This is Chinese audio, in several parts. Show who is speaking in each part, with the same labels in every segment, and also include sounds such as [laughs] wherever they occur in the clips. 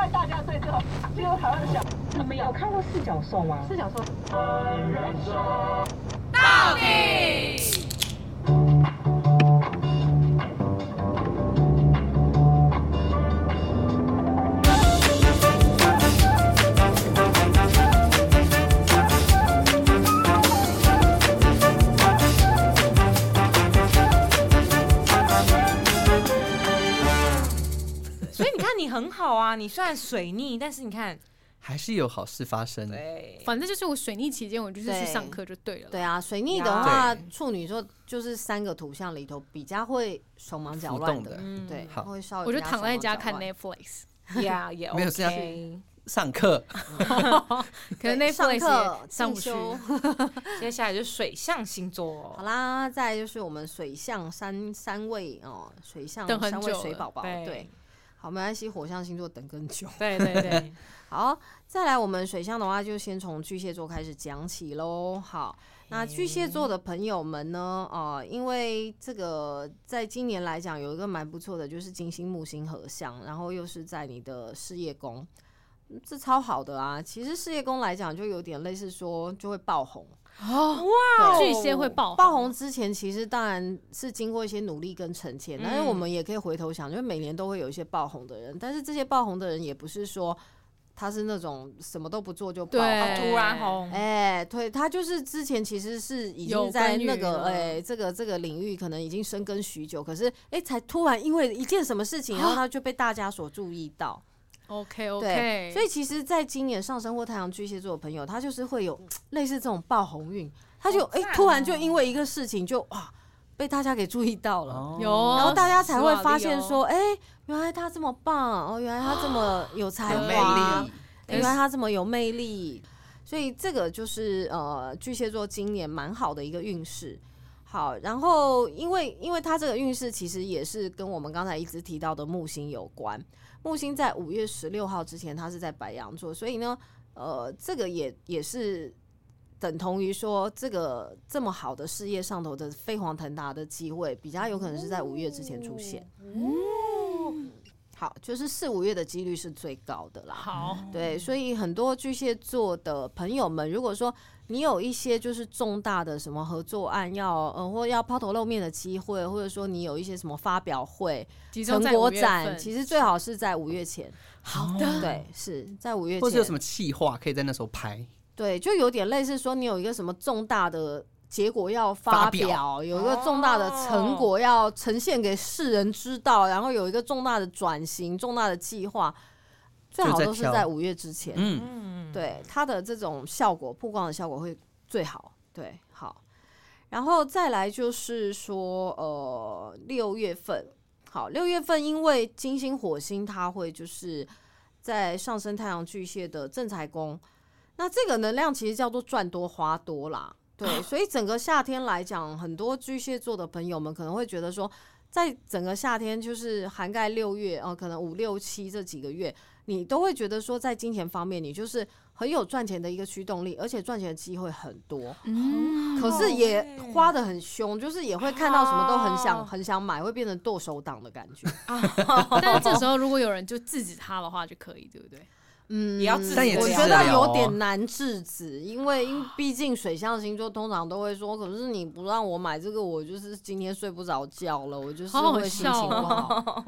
Speaker 1: 最后最后台湾的小
Speaker 2: 你们有看过四角兽吗？
Speaker 1: 是想说，
Speaker 3: 所以你看你很好啊，你虽然水逆，但是你
Speaker 4: [laughs]
Speaker 3: 看，
Speaker 4: 还是有好事发生。
Speaker 3: 对，
Speaker 5: 反正就是我水逆期间，我就是去
Speaker 6: 对
Speaker 5: 上课就对了。
Speaker 6: 对啊，水逆的话，处女座就是三个图像里头比较会手忙脚
Speaker 4: 浮
Speaker 6: 乱
Speaker 4: 动的
Speaker 3: 嗯
Speaker 6: 对，
Speaker 4: 好
Speaker 6: 会稍微
Speaker 5: 我就
Speaker 6: 比较
Speaker 5: 躺在
Speaker 6: 手忙
Speaker 5: 家
Speaker 6: 脚
Speaker 5: 看
Speaker 6: 乱
Speaker 5: Netflix，
Speaker 3: 呀也
Speaker 4: 没有这样
Speaker 3: OK。
Speaker 4: 上课
Speaker 5: 可能
Speaker 6: 对上
Speaker 5: Netflix [laughs]
Speaker 6: 课
Speaker 5: 也上不
Speaker 6: 进
Speaker 5: 去。
Speaker 6: 修
Speaker 3: 接下来就是水象星
Speaker 6: 好
Speaker 3: 座，
Speaker 6: 啦，再来就是我们水象三三位哦，水象
Speaker 5: 等很
Speaker 6: 三位
Speaker 5: 久
Speaker 6: 水
Speaker 5: 了
Speaker 6: 宝宝，
Speaker 3: 对
Speaker 6: 对，好，没关系，火象星座等更久。
Speaker 3: 对对对，
Speaker 6: 好，再来我们水象的话，就先从巨蟹座开始讲起喽。好，那巨蟹座的朋友们呢，呃，因为这个在今年来讲有一个蛮不错的，就是金星木星合相，然后又是在你的事业宫，嗯这超好的啊。其实事业宫来讲，就有点类似说就会爆红。
Speaker 5: 哦，
Speaker 6: 对
Speaker 5: 巨蟹会爆
Speaker 6: 爆红之前，其实当然是经过一些努力跟沉潜，但是
Speaker 3: 嗯
Speaker 6: 我们也可以回头想，就是每年都会有一些爆红的人，但是这些爆红的人也不是说他是那种什么都不做就爆红。
Speaker 5: 对，
Speaker 3: 突然红，
Speaker 6: 哎、对他就是之前其实是已
Speaker 5: 有
Speaker 6: 经在
Speaker 5: 耕
Speaker 6: 那
Speaker 5: 耘
Speaker 6: 个
Speaker 5: 了
Speaker 6: 哎、这个这个领域可能已经深耕许久，可是哎、才突然因为一件什么
Speaker 5: [gasps]
Speaker 6: 事情，然后他就被大家所注意到。
Speaker 5: OK
Speaker 6: 对
Speaker 5: OK，
Speaker 6: 所以其实，在今年上升或太阳巨蟹座的朋友，他就是会有类似这种爆红运，他就
Speaker 3: 好
Speaker 6: 哎、
Speaker 3: 赞
Speaker 6: 突然就因为一个事情就哇被大家给注意到了，
Speaker 4: 哦，
Speaker 5: 有哦，
Speaker 6: 然后大家才会
Speaker 5: 斯瓦利
Speaker 6: 发现
Speaker 5: 哦
Speaker 6: 说，哎、原来他这么棒哦，原来他这么有才
Speaker 4: 有
Speaker 6: 华，
Speaker 4: 魅力，
Speaker 6: 原来他这么有魅力，所以这个就是呃巨蟹座今年蛮好的一个运势。好，然后因为因为它这个运势其实也是跟我们刚才一直提到的木星有关。木星在五月十六号之前，它是在白羊座，所以呢，呃，这个也也是等同于说，这个这么好的事业上头的飞黄腾达的机会，比较有可能是在五月之前出现。好，就是四五月的几率是最高的啦。
Speaker 5: 好，
Speaker 4: 嗯
Speaker 6: 对，所以很多巨蟹座的朋友们，如果说你有一些就是重大的什么合作案要，呃，或要抛头露面的机会，或者说你有一些什么发表会、
Speaker 5: 集中
Speaker 6: 成
Speaker 5: 在
Speaker 6: 果
Speaker 5: 五月
Speaker 6: 展，
Speaker 5: 份
Speaker 6: 其实最好是在五月前。
Speaker 5: 好的，
Speaker 6: 对，是在五月
Speaker 4: 或者有什
Speaker 6: 前。
Speaker 4: 么气话可以在那时候拍，
Speaker 6: 对，就有点类似说你有一个什么重大的。结果要发
Speaker 4: 发表哦
Speaker 6: 有一个重大的成果要呈现给世人知道，然后有一个重大的转型、重大的计划，最
Speaker 4: 就
Speaker 6: 好
Speaker 4: 在
Speaker 6: 都是
Speaker 4: 挑
Speaker 6: 在五月之前。
Speaker 4: 嗯，
Speaker 3: 嗯，
Speaker 6: 对它的这种效果曝光的效果会最好。对，好，然后再来就是说，呃，六月份，好，六月份因为金星、火星它会就是在上升太阳巨蟹的正财宫，那这个能量其实叫做赚多花多啦。对，所以整个夏天来讲，很多巨蟹座的朋友们可能会觉得说，在整个夏天，就是涵盖六月，呃，可能五六七这几个月，你都会觉得说，在金钱方面，你就是很有赚钱的一个驱动力，而且赚钱的机会很多，
Speaker 5: 嗯，
Speaker 6: 可是也
Speaker 3: 欸
Speaker 6: 花的很凶，就是也会看到什么都很
Speaker 3: 哦
Speaker 6: 想很想买，会变成剁手党的感
Speaker 5: [laughs]
Speaker 6: 觉。
Speaker 5: 但是这时候如果有人就制止他的话就可以，对不对？
Speaker 6: 嗯，
Speaker 3: 也要制止
Speaker 4: 但也
Speaker 6: 我
Speaker 4: 制
Speaker 6: 觉
Speaker 4: 止得
Speaker 6: 得
Speaker 4: 了
Speaker 6: 有
Speaker 4: 哦
Speaker 6: 点难制止，因为因毕竟水象星座通常都会说，可是你不让我买这个，我就是今天睡不着觉了，我就是
Speaker 5: 好好
Speaker 6: 会心情不
Speaker 5: 笑哦
Speaker 6: 好。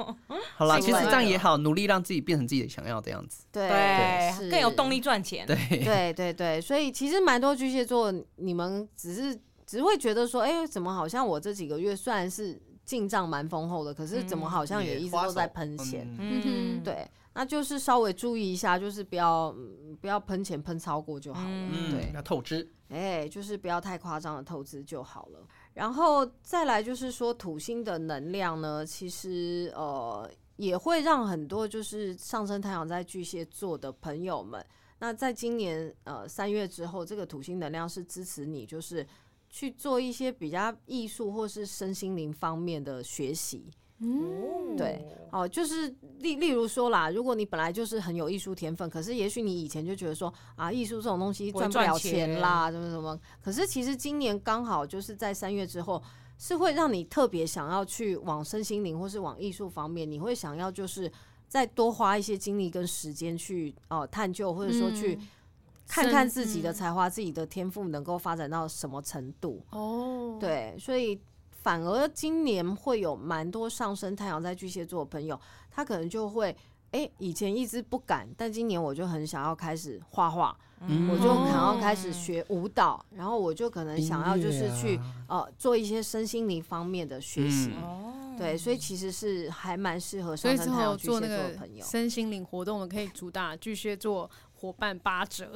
Speaker 4: 好啦，
Speaker 5: 是
Speaker 4: 其实
Speaker 5: 的
Speaker 4: 这样也好，努力让自己变成自己想要的样子。
Speaker 6: 对，
Speaker 3: 对，更有动力赚钱，
Speaker 4: [laughs] 对，
Speaker 6: 对对对，所以其实蛮多巨蟹座，你们只是只会觉得说，哎、怎么好像我这几个月虽然是进账蛮丰厚的，可是怎么好像也一直都在喷钱？
Speaker 4: 嗯
Speaker 5: 嗯
Speaker 3: 嗯，
Speaker 6: 对，那就是稍微注意一下，就是不要、嗯不要喷钱喷超过就好了。
Speaker 3: 嗯
Speaker 6: 对
Speaker 4: 嗯，，要透支，
Speaker 6: 哎、就是不要太夸张的透支就好了。然后再来就是说土星的能量呢，其实呃也会让很多就是上升太阳在巨蟹座的朋友们，那在今年呃三月之后，这个土星能量是支持你就是去做一些比较艺术或是身心灵方面的学习。
Speaker 5: [laughs] 嗯，
Speaker 6: 对，哦，就是例例如说啦，如果你本来就是很有艺术天分，可是也许你以前就觉得说啊，艺术这种东西
Speaker 3: 不会
Speaker 6: 赚不
Speaker 3: 赚
Speaker 6: 了
Speaker 3: 钱
Speaker 6: 钱啦，什么什么，可是其实今年刚好就是在三月之后，是会让你特别想要去往身心灵或是往艺术方面，你会想要就是再多花一些精力跟时间去哦、呃探究，或者说去
Speaker 5: 嗯
Speaker 6: 看看自己的
Speaker 5: 嗯
Speaker 6: 才华、自己的天赋能够发展到什么程度。
Speaker 5: 哦，，
Speaker 6: 对，所以反而今年会有蛮多上升太阳在巨蟹座的朋友，他可能就会。诶，以前一直不敢，但今年我就很想要开始画画，
Speaker 4: 嗯
Speaker 6: 我就
Speaker 5: 很
Speaker 6: 想要开
Speaker 4: 哦
Speaker 6: 始
Speaker 3: 嗯
Speaker 6: 学舞蹈，然后我就可能想要就是去、
Speaker 4: 音乐啊
Speaker 6: 呃做一些身心灵方面的学习。
Speaker 4: 嗯
Speaker 3: 哦，
Speaker 6: 对，所以其实是还蛮适合
Speaker 5: 所
Speaker 6: 上
Speaker 5: 以
Speaker 6: 升
Speaker 5: 之
Speaker 6: 太
Speaker 5: 后
Speaker 6: 阳巨蟹
Speaker 5: 做那
Speaker 6: 座的
Speaker 5: 个
Speaker 6: 朋友。
Speaker 5: 身心灵活动，我们可以主打巨蟹座伙伴八折，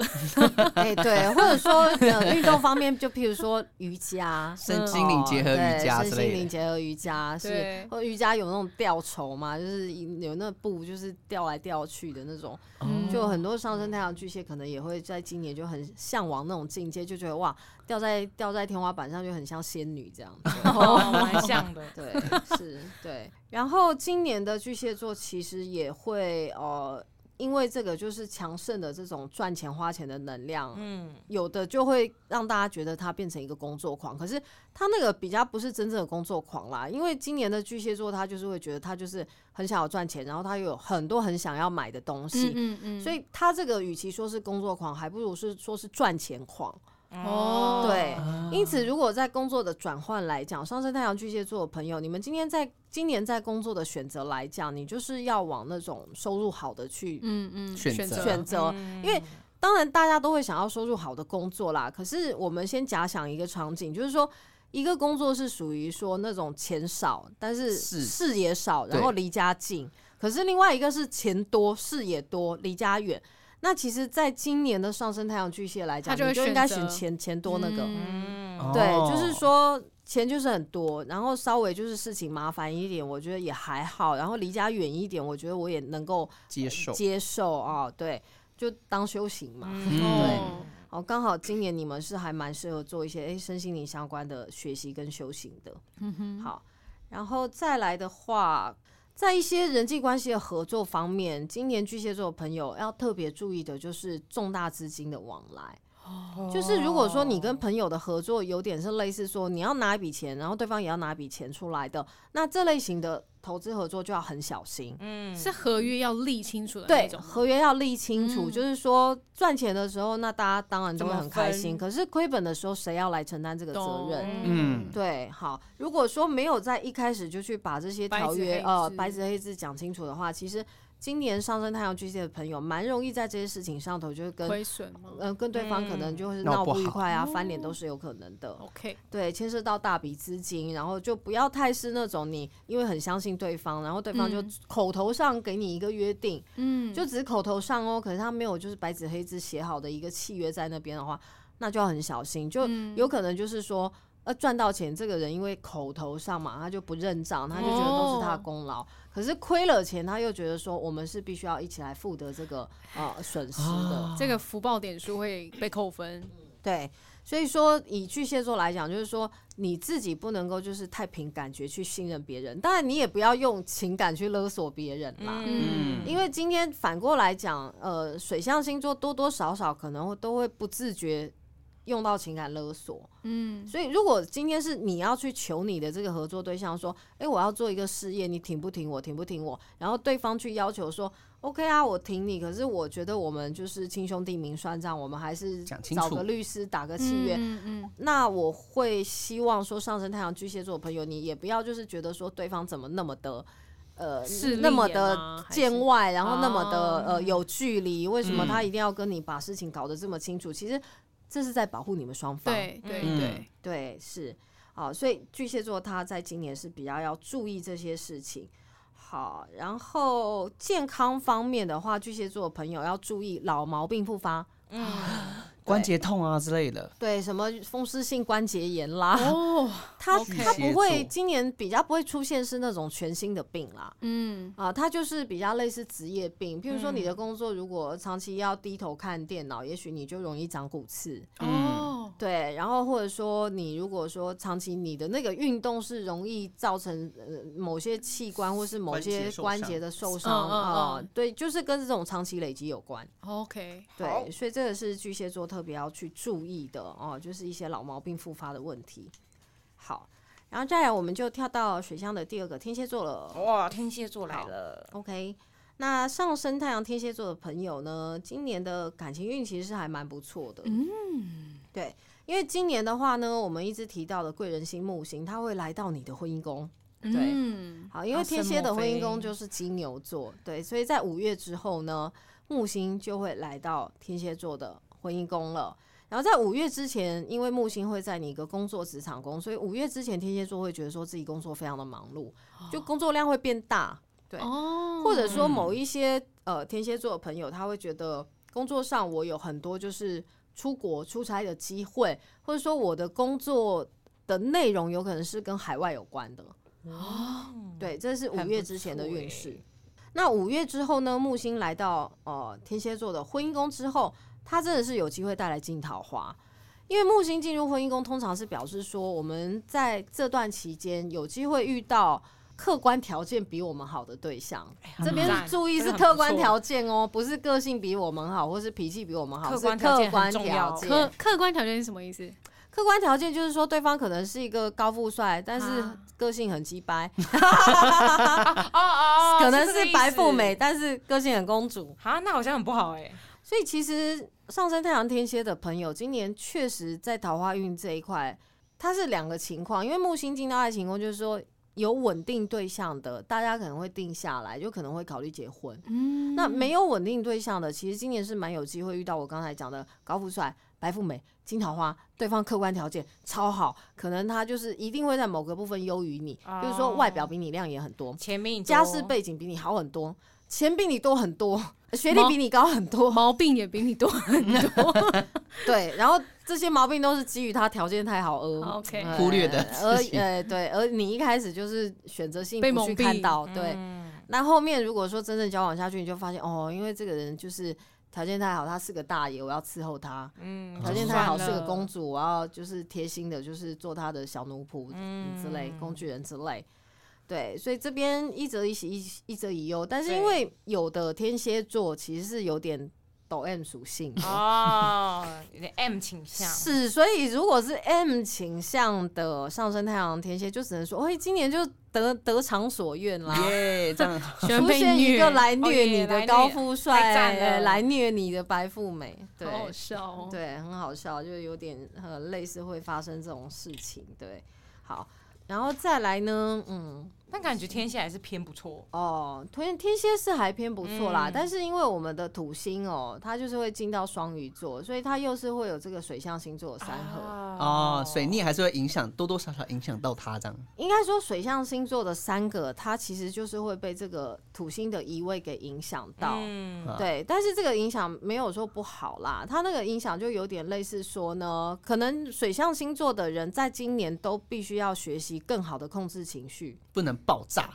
Speaker 6: 哎、对，或者说呃运动方面，就譬如说瑜伽。
Speaker 4: 身 [laughs] 心灵结合
Speaker 6: 哦
Speaker 4: 瑜
Speaker 6: 对
Speaker 4: 伽之
Speaker 6: 身心
Speaker 4: 类
Speaker 6: 灵
Speaker 4: 的，
Speaker 6: 结合瑜伽是
Speaker 5: 对，
Speaker 6: 或瑜伽有那种吊绸嘛，就是有那布就是吊来吊去的那种，
Speaker 5: 嗯
Speaker 6: 就很多上升太阳巨蟹可能也会在今年就很向往那种境界，就觉得哇，吊在吊在天花板上就很像仙女这样子。。
Speaker 3: 哦蛮像的
Speaker 6: 对， [laughs] 是，对。然后今年的巨蟹座其实也会呃，因为这个就是强盛的这种赚钱花钱的能量，
Speaker 3: 嗯，
Speaker 6: 有的就会让大家觉得他变成一个工作狂，可是他那个比较不是真正的工作狂啦，因为今年的巨蟹座他就是会觉得他就是很想要赚钱，然后他又有很多很想要买的东西。
Speaker 5: 嗯嗯
Speaker 6: 所以他这个与其说是工作狂，还不如是说是赚钱狂。
Speaker 5: 哦
Speaker 6: 对
Speaker 4: 啊
Speaker 6: 因此，如果在工作的转换来讲，上升太阳巨蟹座的朋友，你们今天在今年在工作的选择来讲，你就是要往那种收入好的去
Speaker 5: 嗯嗯
Speaker 4: 选择
Speaker 6: 选择，
Speaker 3: 嗯
Speaker 6: 因为当然，大家都会想要收入好的工作啦。可是我们先假想一个场景，就是说，一个工作是属于说那种钱少，但是
Speaker 4: 是
Speaker 6: 事也少，
Speaker 4: 对
Speaker 6: 然后离家近；可是另外一个是钱多、事也多、离家远。那其实，在今年的上升太阳巨蟹来讲，
Speaker 5: 他就会
Speaker 6: 你就应该
Speaker 5: 选
Speaker 6: 选
Speaker 5: 择
Speaker 6: 钱钱多那个。
Speaker 5: 嗯
Speaker 3: 嗯，
Speaker 6: 对，
Speaker 4: 哦
Speaker 6: 就是说钱就是很多，然后稍微就是事情麻烦一点，我觉得也还好。然后离家远一点，我觉得我也能够
Speaker 4: 接受
Speaker 6: 接受啊、对，就当修行嘛。
Speaker 4: 嗯
Speaker 5: 哦
Speaker 6: 哦，刚好今年你们是还蛮适合做一些诶、身心灵相关的学习跟修行的。
Speaker 5: 嗯哼，
Speaker 6: 好，然后再来的话，在一些人际关系的合作方面，今年巨蟹座的朋友要特别注意的就是重大资金的往来。
Speaker 3: 哦
Speaker 6: 就是如果说你跟朋友的合作有点是类似说你要拿一笔钱，然后对方也要拿一笔钱出来的，那这类型的投资合作就要很小心。
Speaker 3: 嗯
Speaker 5: 是合约要立清楚的那
Speaker 6: 对，
Speaker 5: 种吗，
Speaker 6: 合约要立清
Speaker 5: 嗯
Speaker 6: 楚，就是说赚钱的时候，那大家当然都会
Speaker 3: 怎么
Speaker 6: 很开
Speaker 3: 分
Speaker 6: 心，可是亏本的时候，谁要来承担这个责
Speaker 5: 懂
Speaker 6: 任？
Speaker 4: 嗯
Speaker 6: 对，好，如果说没有在一开始就去把这些
Speaker 5: 白
Speaker 6: 条
Speaker 5: 纸
Speaker 6: 约
Speaker 5: 黑
Speaker 6: 呃
Speaker 5: 字
Speaker 6: 白纸黑字讲清楚的话，其实今年上升太阳巨蟹的朋友蛮容易在这些事情上头就是跟。
Speaker 5: 亏损吗
Speaker 6: 呃，跟对方可能
Speaker 3: 嗯
Speaker 6: 就是
Speaker 4: 闹
Speaker 6: 闹
Speaker 4: 不
Speaker 6: 不愉
Speaker 4: 好
Speaker 6: 快啊，翻
Speaker 5: 哦
Speaker 6: 脸都是有可能的。
Speaker 5: ？OK，
Speaker 6: 对，牵涉到大笔资金，然后就不要太是那种你因为很相信对方，然后对方就
Speaker 5: 嗯
Speaker 6: 口头上给你一个约定，
Speaker 5: 嗯
Speaker 6: 就只是口头上哦，可是他没有就是白纸黑字写好的一个契约在那边的话，那就要很小心，就
Speaker 5: 嗯
Speaker 6: 有可能就是说。呃，赚到钱这个人因为口头上嘛，他就不认账，他就觉得都是他的
Speaker 5: 哦
Speaker 6: 功劳。可是亏了钱，他又觉得说我们是必须要一起来负责这个呃损失的。
Speaker 4: 啊
Speaker 5: 这个福报点数会被扣分，
Speaker 6: 对，所以说以巨蟹座来讲，就是说你自己不能够就是太凭感觉去信任别人，当然你也不要用情感去勒索别人啦。
Speaker 4: 嗯
Speaker 6: 因为今天反过来讲，呃，水象星座多多少少可能会都会不自觉用到情感勒索，
Speaker 5: 嗯，
Speaker 6: 所以如果今天是你要去求你的这个合作对象说，诶，我要做一个事业，你挺不挺我，挺不挺我，然后对方去要求说，OK 啊，我挺你，可是我觉得我们就是亲兄弟明算账，我们还是
Speaker 4: 讲清楚
Speaker 6: 找个律师打个契约。
Speaker 5: 嗯嗯
Speaker 6: 那我会希望说，上升太阳巨蟹座的朋友，你也不要就是觉得说对方怎么那么的，呃，
Speaker 5: 势利
Speaker 6: 那么
Speaker 5: 眼啊
Speaker 6: 的
Speaker 5: 吗还
Speaker 6: 见
Speaker 5: 是
Speaker 6: 外，然后那么的、
Speaker 5: 哦
Speaker 6: 呃有距离，为什么
Speaker 4: 嗯
Speaker 6: 他一定要跟你把事情搞得这么清楚？其实这是在保护你们双方。
Speaker 5: 对对
Speaker 4: 嗯
Speaker 5: 对，
Speaker 6: 对，是好，所以巨蟹座他在今年是比较要注意这些事情。好，然后健康方面的话，巨蟹座的朋友要注意老毛病复发，
Speaker 3: 嗯，
Speaker 4: 关节痛啊之类的，
Speaker 6: 对什么风湿性关节炎啦，
Speaker 5: 哦，
Speaker 6: 它
Speaker 5: OK
Speaker 6: 它
Speaker 4: 巨蟹
Speaker 6: 不会
Speaker 4: 座
Speaker 6: 今年比较不会出现是那种全新的病啦。
Speaker 5: 嗯
Speaker 6: 啊，它就是比较类似职业病，譬如说你的
Speaker 3: 嗯
Speaker 6: 工作如果长期要低头看电脑，也许你就容易长骨刺，
Speaker 4: 嗯
Speaker 5: 哦，
Speaker 6: 对，然后或者说你如果说长期你的那个运动是容易造成呃某些器官或是某
Speaker 4: 关节
Speaker 6: 些
Speaker 4: 受
Speaker 6: 关
Speaker 4: 伤
Speaker 6: 节的受
Speaker 5: 嗯
Speaker 6: 伤
Speaker 5: 嗯
Speaker 6: 啊、
Speaker 5: 嗯
Speaker 6: 对，就是跟这种长期累积有关。
Speaker 5: OK，
Speaker 6: 对，所以这个是巨蟹座特别要去注意的哦，就是一些老毛病复发的问题。好，然后再来我们就跳到水象的第二个天蝎座了。
Speaker 3: 哇，天蝎座来了，
Speaker 6: OK，那上升太阳天蝎座的朋友呢，今年的感情运其实是还蛮不错的。嗯，对，因为今年的话呢，我们一直提到的贵人星木星，它会来到你的婚姻宫。对
Speaker 5: 嗯，
Speaker 6: 好，因为
Speaker 3: 好
Speaker 6: 天
Speaker 3: 神
Speaker 6: 蝎
Speaker 3: 莫
Speaker 6: 的婚姻宫
Speaker 3: 非
Speaker 6: 啊就是金牛座，对，所以在五月之后呢，木星就会来到天蝎座的婚姻宫了。然后在五月之前，因为木星会在你一个工作职场宫，所以五月之前天蝎座会觉得说自己工作非常的忙碌，就工作量会变大，对，
Speaker 5: 哦，
Speaker 6: 或者说
Speaker 3: 嗯
Speaker 6: 某一些呃天蝎座的朋友，他会觉得工作上我有很多就是出国出差的机会，或者说我的工作的内容有可能是跟海外有关的。哦，对，这是五
Speaker 3: 很不
Speaker 6: 月之前的
Speaker 3: 错
Speaker 6: 运
Speaker 3: 欸
Speaker 6: 势。那五月之后呢？木星来到呃天蝎座的婚姻宫之后，它真的是有机会带来金桃花。因为木星进入婚姻宫，通常是表示说我们在这段期间有机会遇到客观条件比我们好的对象。这边
Speaker 3: 哎赞
Speaker 6: 注意
Speaker 3: 这个
Speaker 6: 是
Speaker 3: 很
Speaker 6: 客
Speaker 3: 不
Speaker 6: 观
Speaker 3: 错
Speaker 6: 条件哦，不是个性比我们好，或是脾气比我们好，
Speaker 3: 客
Speaker 6: 是
Speaker 3: 观条
Speaker 6: 客
Speaker 3: 件很
Speaker 6: 观
Speaker 3: 重
Speaker 6: 条
Speaker 3: 要
Speaker 6: 件
Speaker 5: 客客观条件是什么意思？
Speaker 6: 客观条件就是说，对方可能是一个高富帅，但是
Speaker 5: 啊
Speaker 6: 个性很鸡掰，
Speaker 3: 哦哦，哦
Speaker 6: [laughs] 可能
Speaker 3: 这个
Speaker 6: 是
Speaker 3: 意
Speaker 6: 白
Speaker 3: 思
Speaker 6: 富美，但是个性很公主。
Speaker 3: 啊，那好像很不好哎。
Speaker 6: 所以其实上升太阳天蝎的朋友，今年确实在桃花运这一块，它是两个情况，因为木星进到爱情宫，就是说有稳定对象的，大家可能会定下来，就可能会考虑结婚。
Speaker 5: 嗯，
Speaker 6: 那没有稳定对象的，其实今年是蛮有机会遇到我刚才讲的高富帅、白富美、金桃花，对方客观条件超好，可能他就是一定会在某个部分优于你，比如说
Speaker 3: 哦
Speaker 6: 外表比你亮眼很多，
Speaker 3: 前面一
Speaker 6: 家
Speaker 3: 桌
Speaker 6: 世背景比你好很多，钱比你多很多，学历比你高很多，
Speaker 5: 毛病也比你多很多。
Speaker 6: 对，然后这些毛病都是基于他条件太好而
Speaker 5: 哦 OK
Speaker 6: 呃
Speaker 4: 忽略的
Speaker 6: 而
Speaker 4: 事情
Speaker 6: 呃对，而你一开始就是选择性
Speaker 5: 被
Speaker 6: 不去
Speaker 5: 蒙蔽
Speaker 6: 看到，对，
Speaker 3: 嗯
Speaker 6: 那后面如果说真正交往下去，你就发现哦，因为这个人就是条件太好，他是个大爷，我要伺候他；
Speaker 3: 嗯，
Speaker 6: 条件
Speaker 3: 算
Speaker 6: 太好，是个
Speaker 3: 了
Speaker 6: 公主，我要就是贴心的，就是做他的小奴仆嗯之类、工具人之类。对，所以这边一则一喜，一一则一忧。但是因为有的天蝎座其实是有点抖 M 属性，
Speaker 3: 嗯
Speaker 6: [laughs]
Speaker 3: 哦，有点 M 倾向，
Speaker 6: 是，所以如果是 M 倾向的上升太阳天蝎，就只能说，哎，今年就得得偿所愿啦。
Speaker 4: 耶，这样
Speaker 5: [laughs]
Speaker 6: [laughs]
Speaker 5: 喜欢
Speaker 6: 出
Speaker 5: 被
Speaker 6: 现一个
Speaker 5: 虐
Speaker 6: 来
Speaker 3: 哦
Speaker 6: 虐
Speaker 3: 也
Speaker 6: 你的
Speaker 3: 来
Speaker 6: 高
Speaker 3: 虐
Speaker 6: 富
Speaker 3: 太
Speaker 6: 帅，
Speaker 3: 赞
Speaker 6: 呃
Speaker 3: 了
Speaker 6: 来虐你的白富美，对
Speaker 5: 好好笑哦。
Speaker 6: 对，很好笑，就有点呃类似会发生这种事情，对，好，然后再来呢，嗯，
Speaker 3: 但感觉天蝎还是偏不错。
Speaker 6: 哦，天天蝎是还偏不错啦，
Speaker 3: 嗯
Speaker 6: 但是因为我们的土星哦，它就是会进到双鱼座，所以它又是会有这个水象星座的三合，
Speaker 3: 啊
Speaker 4: 哦，水逆还是会影响，多多少少影响到他这样。
Speaker 6: 应该说水象星座的三个，它其实就是会被这个土星的移位给影响到，
Speaker 3: 嗯
Speaker 4: 啊
Speaker 6: 对，但是这个影响没有说不好啦，它那个影响就有点类似说呢，可能水象星座的人在今年都必须要学习更好的控制情绪，
Speaker 4: 不能爆炸，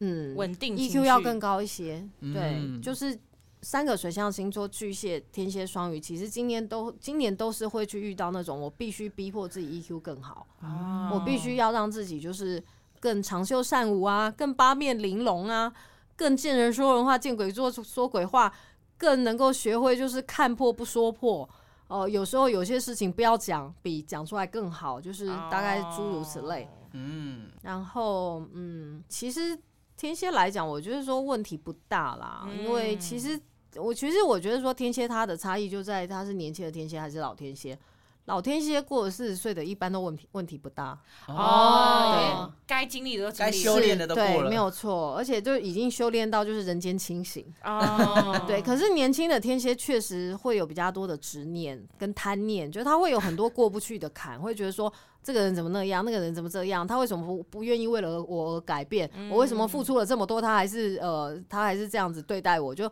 Speaker 6: 嗯
Speaker 3: 稳定情
Speaker 6: ，EQ 要
Speaker 3: 绪
Speaker 6: 更高一些，对，
Speaker 4: 嗯
Speaker 6: 就是。三个水象星座巨蟹、天蝎、双鱼，其实今年都今年都是会去遇到那种我必须逼迫自己 EQ 更好，
Speaker 3: 哦
Speaker 6: 我必须要让自己就是更长袖善舞啊，更八面玲珑啊，更见人说人话，见鬼说说鬼话，更能够学会就是看破不说破。哦、有时候有些事情不要讲，比讲出来更好，就是大概诸如此类。
Speaker 3: 哦
Speaker 4: 嗯，
Speaker 6: 然后，嗯，其实天蝎来讲，我觉得说问题不大啦，因为
Speaker 3: 嗯
Speaker 6: 其实我其实我觉得说天蝎它的差异就在它是年轻的天蝎还是老天蝎。老天蝎过了四十岁的，一般都问题问题不大，
Speaker 3: 哦，因为
Speaker 5: 对
Speaker 3: 该经历的都经
Speaker 4: 该
Speaker 3: 历
Speaker 4: 修
Speaker 3: 了
Speaker 4: 炼的都
Speaker 6: 对
Speaker 4: 过，了
Speaker 6: 没有错，而且就已经修炼到就是人间清醒。
Speaker 3: 哦
Speaker 6: [laughs] 对，可是年轻的天蝎确实会有比较多的执念跟贪念，就是他会有很多过不去的坎，会觉得说这个人怎么那样，那个人怎么这样，他为什么不不愿意为了我而改变？
Speaker 4: 嗯
Speaker 6: 我为什么付出了这么多，他还是呃，他还是这样子对待我？就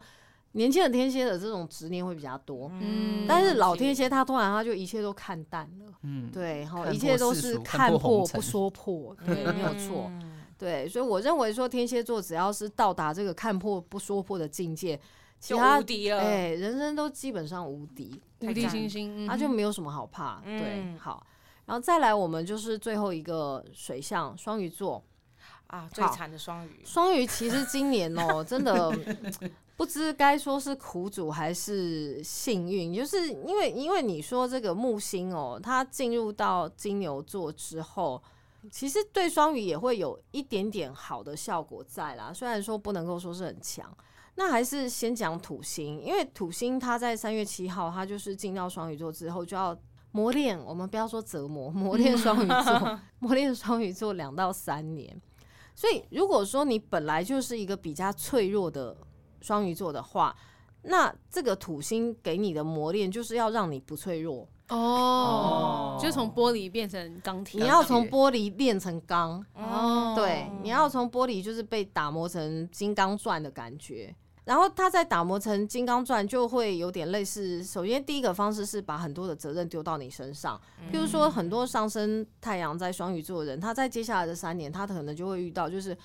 Speaker 6: 年轻的天蝎的这种执念会比较多。
Speaker 5: 嗯
Speaker 6: 但是老天蝎他突然他就一切都看淡了，
Speaker 4: 嗯，
Speaker 6: 对，好，
Speaker 4: 看
Speaker 6: 一
Speaker 4: 破
Speaker 6: 切都
Speaker 4: 世
Speaker 6: 是
Speaker 4: 俗看
Speaker 6: 看
Speaker 4: 破红
Speaker 6: 破不
Speaker 4: 尘
Speaker 5: [laughs]
Speaker 6: 说破，对，没有错。
Speaker 3: 嗯
Speaker 6: 对，所以我认为说天蝎座只要是到达这个看破不说破的境界，其
Speaker 3: 就
Speaker 6: 他
Speaker 3: 无敌了。
Speaker 6: 哎、人生都基本上无敌，
Speaker 5: 无敌星星，
Speaker 6: 他、
Speaker 5: 嗯
Speaker 6: 就没有什么好怕。对，
Speaker 3: 嗯
Speaker 6: 好，然后再来我们就是最后一个水象双鱼座，
Speaker 3: 啊，最
Speaker 6: 好
Speaker 3: 惨的双鱼，
Speaker 6: 双鱼其实今年哦、真的不知该说是苦主还是幸运，就是因为因为你说这个木星哦、它进入到金牛座之后。其实对双鱼也会有一点点好的效果在啦，虽然说不能够说是很强。那还是先讲土星，因为土星它在三月七号，它就是进到双鱼座之后就要磨练，我们不要说折磨，磨练双鱼座，磨练双鱼座两到三年。所以如果说你本来就是一个比较脆弱的双鱼座的话，那这个土星给你的磨练就是要让你不脆弱，
Speaker 5: 哦，就从玻璃变成钢铁，
Speaker 6: 你要从玻璃练成钢。
Speaker 3: 嗯
Speaker 5: 哦，
Speaker 6: 对，你要从玻璃就是被打磨成金刚钻的感觉。然后它再打磨成金刚钻，就会有点类似。首先，第一个方式是把很多的责任丢到你身上，
Speaker 5: 嗯
Speaker 3: 嗯
Speaker 6: 譬如说很多上升太阳在双鱼座的人，他在接下来的三年，他可能就会遇到就是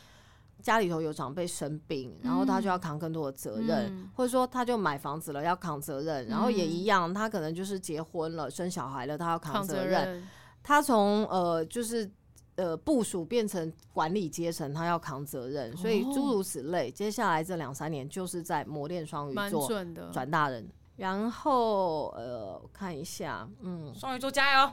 Speaker 6: 家里头有长辈生病，然后他就要扛更多的责任，
Speaker 5: 嗯
Speaker 6: 或者说他就买房子了要扛责任，然后也
Speaker 5: 嗯
Speaker 6: 一样，他可能就是结婚了生小孩了，他要扛
Speaker 5: 扛
Speaker 6: 责
Speaker 5: 责
Speaker 6: 任。
Speaker 5: 任，
Speaker 6: 他从呃就是呃部署变成管理阶层，他要扛责任，所以
Speaker 5: 哦
Speaker 6: 诸如此类。接下来这两三年就是在磨练双鱼
Speaker 5: 蛮
Speaker 6: 座
Speaker 5: 准的。
Speaker 6: 转大人。然后呃，我看一下，嗯，
Speaker 3: 双鱼座加油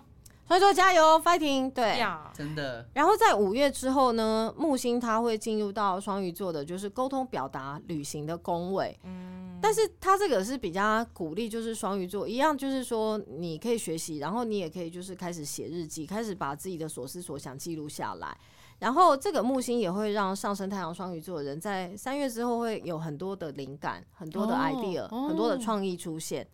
Speaker 6: 所以说加油，fighting，对。
Speaker 3: 呀！
Speaker 4: 真的
Speaker 6: 然后在五月之后呢，木星它会进入到双鱼座的，就是沟通、表达、旅行的宫位。
Speaker 3: 嗯，
Speaker 6: 但是它这个是比较鼓励，就是双鱼座一样，就是说你可以学习，然后你也可以就是开始写日记，开始把自己的所思所想记录下来。然后这个木星也会让上升太阳双鱼座的人在三月之后会有很多的灵感、很多的
Speaker 5: 哦
Speaker 6: idea、
Speaker 5: 哦
Speaker 6: 很多的创意出现，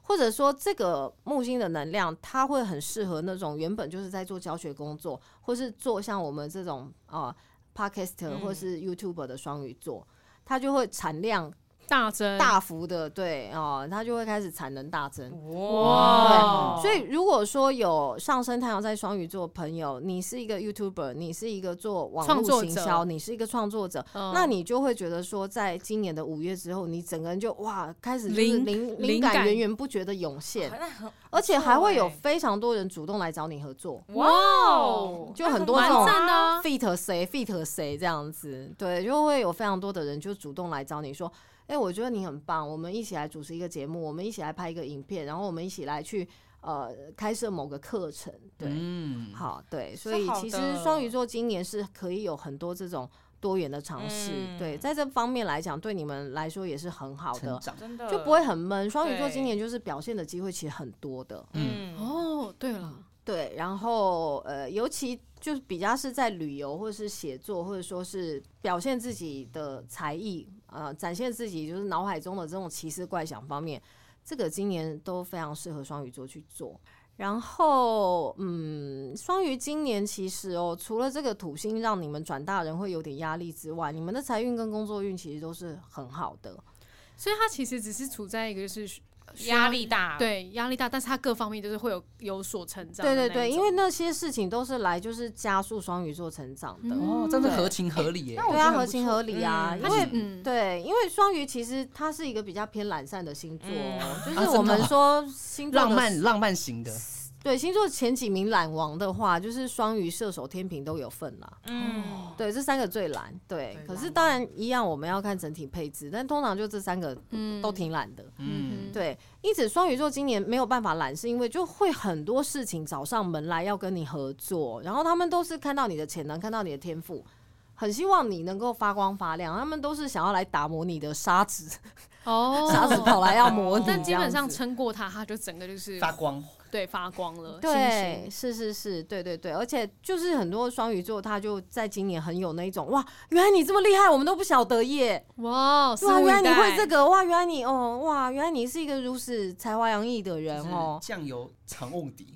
Speaker 6: 或者说这个木星的能量，它会很适合那种原本就是在做教学工作，或是做像我们这种啊、podcast
Speaker 3: 嗯
Speaker 6: 或是 YouTuber 的双鱼座，它就会产量
Speaker 5: 大增
Speaker 6: 大幅的，对哦，它就会开始产能大增。
Speaker 3: 哇，
Speaker 5: 哦
Speaker 6: 所以，如果说有上升太阳在双鱼座的朋友，你是一个 YouTuber，你是一个做网
Speaker 5: 创
Speaker 6: 络
Speaker 5: 作
Speaker 6: 行
Speaker 5: 者
Speaker 6: 销，你是一个创作者，
Speaker 5: 嗯
Speaker 6: 那你就会觉得说，在今年的五月之后，你整个人就哇，开始就是
Speaker 5: 灵
Speaker 6: 灵
Speaker 5: 灵
Speaker 6: 灵
Speaker 5: 感欸
Speaker 6: 感源源不绝的涌现，
Speaker 3: 那很
Speaker 6: 而且还会有
Speaker 3: 不错
Speaker 6: 非常多人主动来找你合作，
Speaker 3: 欸哇哦，
Speaker 6: 就很多
Speaker 5: 蛮
Speaker 6: 这种
Speaker 5: 赞的啊，
Speaker 6: fit 谁 fit 谁这样子，对，就会有非常多的人就主动来找你说，哎、我觉得你很棒，我们一起来主持一个节目，我们一起来拍一个影片，然后我们一起来去呃开设某个课程，对，
Speaker 4: 嗯，
Speaker 6: 好，对，所
Speaker 3: 是
Speaker 6: 以
Speaker 3: 好
Speaker 6: 其实
Speaker 3: 的
Speaker 6: 双鱼座今年是可以有很多这种多元的尝试，
Speaker 3: 嗯
Speaker 6: 对，在这方面来讲，对你们来说也是很好
Speaker 4: 成
Speaker 6: 的，
Speaker 4: 长，
Speaker 3: 真的
Speaker 6: 就不会很闷。双鱼座
Speaker 3: 对
Speaker 6: 今年就是表现的机会其实很多的，
Speaker 4: 嗯，
Speaker 3: 嗯
Speaker 5: 哦，对了，
Speaker 6: 对，然后呃，尤其就是比较是在旅游或者是写作，或者说是表现自己的才艺，呃，展现自己就是脑海中的这种奇思怪想方面，这个今年都非常适合双鱼座去做。然后，嗯，双鱼今年其实哦，除了这个土星让你们转大人会有点压力之外，你们的财运跟工作运其实都是很好的。
Speaker 5: 所以他其实只是处在一个就是需
Speaker 6: 呃
Speaker 3: 压力大，，
Speaker 5: 对压力大，但是他各方面都是会有有所成长的
Speaker 6: 对
Speaker 5: 那一
Speaker 6: 对
Speaker 5: 种。
Speaker 6: 对，因为那些事情都是来就是加速双鱼座成长的。
Speaker 5: 嗯
Speaker 4: 哦，真的合情合理耶
Speaker 2: 那。我
Speaker 6: 对
Speaker 2: 觉
Speaker 6: 啊，
Speaker 2: 得很
Speaker 6: 合
Speaker 2: 不
Speaker 6: 情
Speaker 2: 错
Speaker 6: 合理啊，
Speaker 3: 嗯
Speaker 6: 因
Speaker 5: 他
Speaker 6: 为
Speaker 5: 是嗯
Speaker 6: 对，因为双鱼其实它是一个比较偏懒散的星座哦，
Speaker 3: 嗯
Speaker 6: 就是我们说星座的
Speaker 4: 浪漫浪漫型的，
Speaker 6: 对星座前几名懒王的话，就是双鱼、射手、天平都有份啦。
Speaker 3: 嗯，
Speaker 6: 对，这三个最懒。对
Speaker 4: 对，
Speaker 6: 可
Speaker 4: 懒
Speaker 6: 是当然一样，我们要看整体配置，但通常就这三个
Speaker 5: 嗯
Speaker 6: 都挺懒的。
Speaker 5: 嗯
Speaker 4: 嗯，
Speaker 6: 对，因此双鱼座今年没有办法懒，是因为就会很多事情找上门来要跟你合作，然后他们都是看到你的潜能，看到你的天赋，很希望你能够发光发亮，他们都是想要来打磨你的砂纸，
Speaker 5: 哦，
Speaker 6: 砂纸跑来要磨你这
Speaker 5: 但
Speaker 6: 样子，
Speaker 5: 基本上撑过他，他就整个就是
Speaker 4: 发光，
Speaker 5: 对发光了，
Speaker 6: 对，是是是，对对对，而且就是很多双鱼座，他就在今年很有那一种哇，原来你这么厉害，我们都不晓得耶，
Speaker 5: 星星哇，肆
Speaker 6: 哇，
Speaker 5: 无
Speaker 6: 啊原来
Speaker 5: 以
Speaker 6: 你
Speaker 5: 待
Speaker 6: 会这个，哇，原来你哦，哇，原来你是一个如此才华洋溢的人
Speaker 4: 就是
Speaker 6: 哦，
Speaker 4: 酱油常瓮底，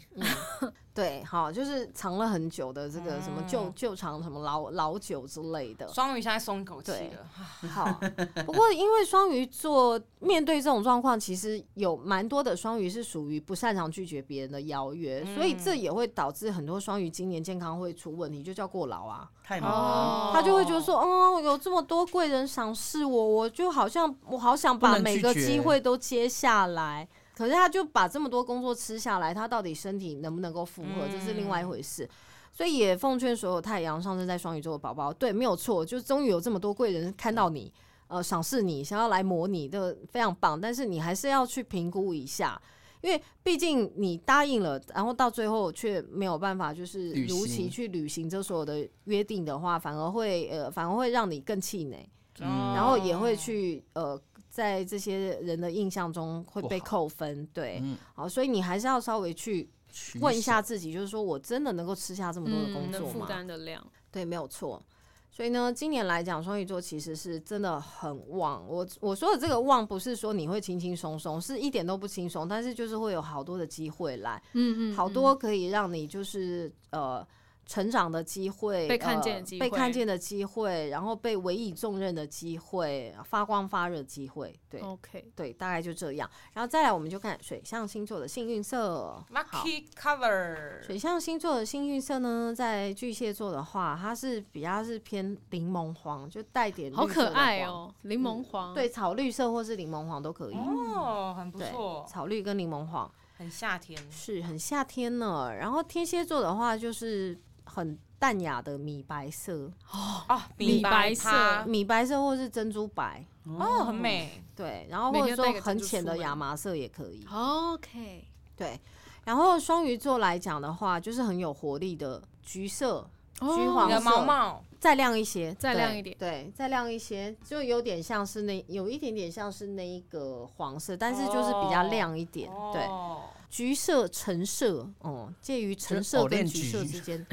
Speaker 6: 对，好，就是藏了很久的这个什么旧
Speaker 3: 嗯
Speaker 6: 旧藏什么老老酒之类的。
Speaker 3: 双鱼现在松一口气
Speaker 6: 对
Speaker 3: 了，
Speaker 6: 好，不过因为双鱼座面对这种状况，其实有蛮多的双鱼是属于不擅长拒绝别人的邀约，所以
Speaker 4: 嗯
Speaker 6: 这也会导致很多双鱼今年健康会出问题，就叫过劳啊。
Speaker 4: 太忙了，
Speaker 3: 哦，
Speaker 6: 他就会觉得说，哦，有这么多贵人赏识我，我就好像我好想
Speaker 4: 不
Speaker 6: 把
Speaker 4: 能
Speaker 6: 每
Speaker 4: 拒
Speaker 6: 个
Speaker 4: 绝
Speaker 6: 机会都接下来。可是他就把这么多工作吃下来，他到底身体能不能够负荷，这是另外一
Speaker 4: 嗯
Speaker 6: 回事。所以也奉劝所有太阳上升在双鱼座的宝宝，对，没有错，就是终于有这么多贵人看到你，呃，赏识你，想要来磨你，这个非常棒。但是你还是要去评估一下，因为毕竟你答应了，然后到最后却没有办法就是
Speaker 4: 履
Speaker 6: 如期
Speaker 4: 行
Speaker 6: 去履行这所有的约定的话，反而会呃，反而会让你更气馁。
Speaker 4: 嗯
Speaker 6: 然后也会去呃，在这些人的印象中会被
Speaker 4: 不好
Speaker 6: 扣分，对，
Speaker 4: 嗯，
Speaker 6: 好，所以你还是要稍微去
Speaker 4: 取
Speaker 6: 问一
Speaker 4: 舍
Speaker 6: 下，自己，就是说我真的能够吃下这么多的
Speaker 5: 嗯
Speaker 6: 工
Speaker 5: 能
Speaker 6: 作
Speaker 5: 负
Speaker 6: 吗？
Speaker 5: 担的量，
Speaker 6: 对，没有错。所以呢，今年来讲，双鱼座其实是真的很旺。我我说的这个旺，不是说你会轻轻松松，是一点都不轻松，但是就是会有好多的机会来，
Speaker 5: 嗯
Speaker 6: 好多可以让你就是呃成长的机会，
Speaker 5: 被看
Speaker 6: 呃
Speaker 5: 见的机
Speaker 6: 被看
Speaker 5: 会
Speaker 6: 见的机会，然后被委以重任的机会，发光发热的机会，
Speaker 4: 嗯
Speaker 6: 对。
Speaker 5: OK，
Speaker 6: 对，大概就这样。然后再来，我们就看水象星座的幸运色。好，
Speaker 3: Lucky Color，
Speaker 6: 水象星座的幸运色呢，在巨蟹座的话，它是比较是偏柠檬黄，就带点绿
Speaker 5: 好
Speaker 6: 色
Speaker 5: 可
Speaker 6: 的
Speaker 5: 爱
Speaker 6: 黄。嗯
Speaker 5: 哦，柠檬黄，
Speaker 6: 对，草绿色或是柠檬黄都可以。
Speaker 3: 哦，很不
Speaker 6: 对
Speaker 3: 错，
Speaker 6: 草绿跟柠檬黄
Speaker 3: 很夏天。
Speaker 6: 是很夏天呢。然后天蝎座的话，就是很淡雅的米白色，
Speaker 3: 哦，
Speaker 5: 米白
Speaker 3: 白
Speaker 5: 色
Speaker 3: 趴
Speaker 6: 米白色或是珍珠白，
Speaker 3: 哦，很美。
Speaker 6: 对。然后
Speaker 5: 每
Speaker 6: 或者
Speaker 5: 天带
Speaker 6: 说
Speaker 5: 个珍
Speaker 6: 很
Speaker 5: 珠欸
Speaker 6: 浅的
Speaker 5: 出门
Speaker 6: 亚麻色也可以。
Speaker 5: ，OK，
Speaker 6: 对，然后双鱼座来讲的话，就是很有活力的橘色，橘
Speaker 5: 哦
Speaker 6: 黄
Speaker 3: 你的
Speaker 6: 色
Speaker 3: 毛毛
Speaker 6: 再亮一些，
Speaker 5: 再亮
Speaker 6: 对
Speaker 5: 一点
Speaker 6: 对，再亮一些，就有点像是那有一点点像是那一个黄色，但是就是比较
Speaker 3: 哦
Speaker 6: 亮一点，对，
Speaker 3: 哦
Speaker 6: 橘色、橙色，哦、介于橙
Speaker 4: 是
Speaker 6: 色跟
Speaker 4: orange
Speaker 6: 橘色之间。 [laughs]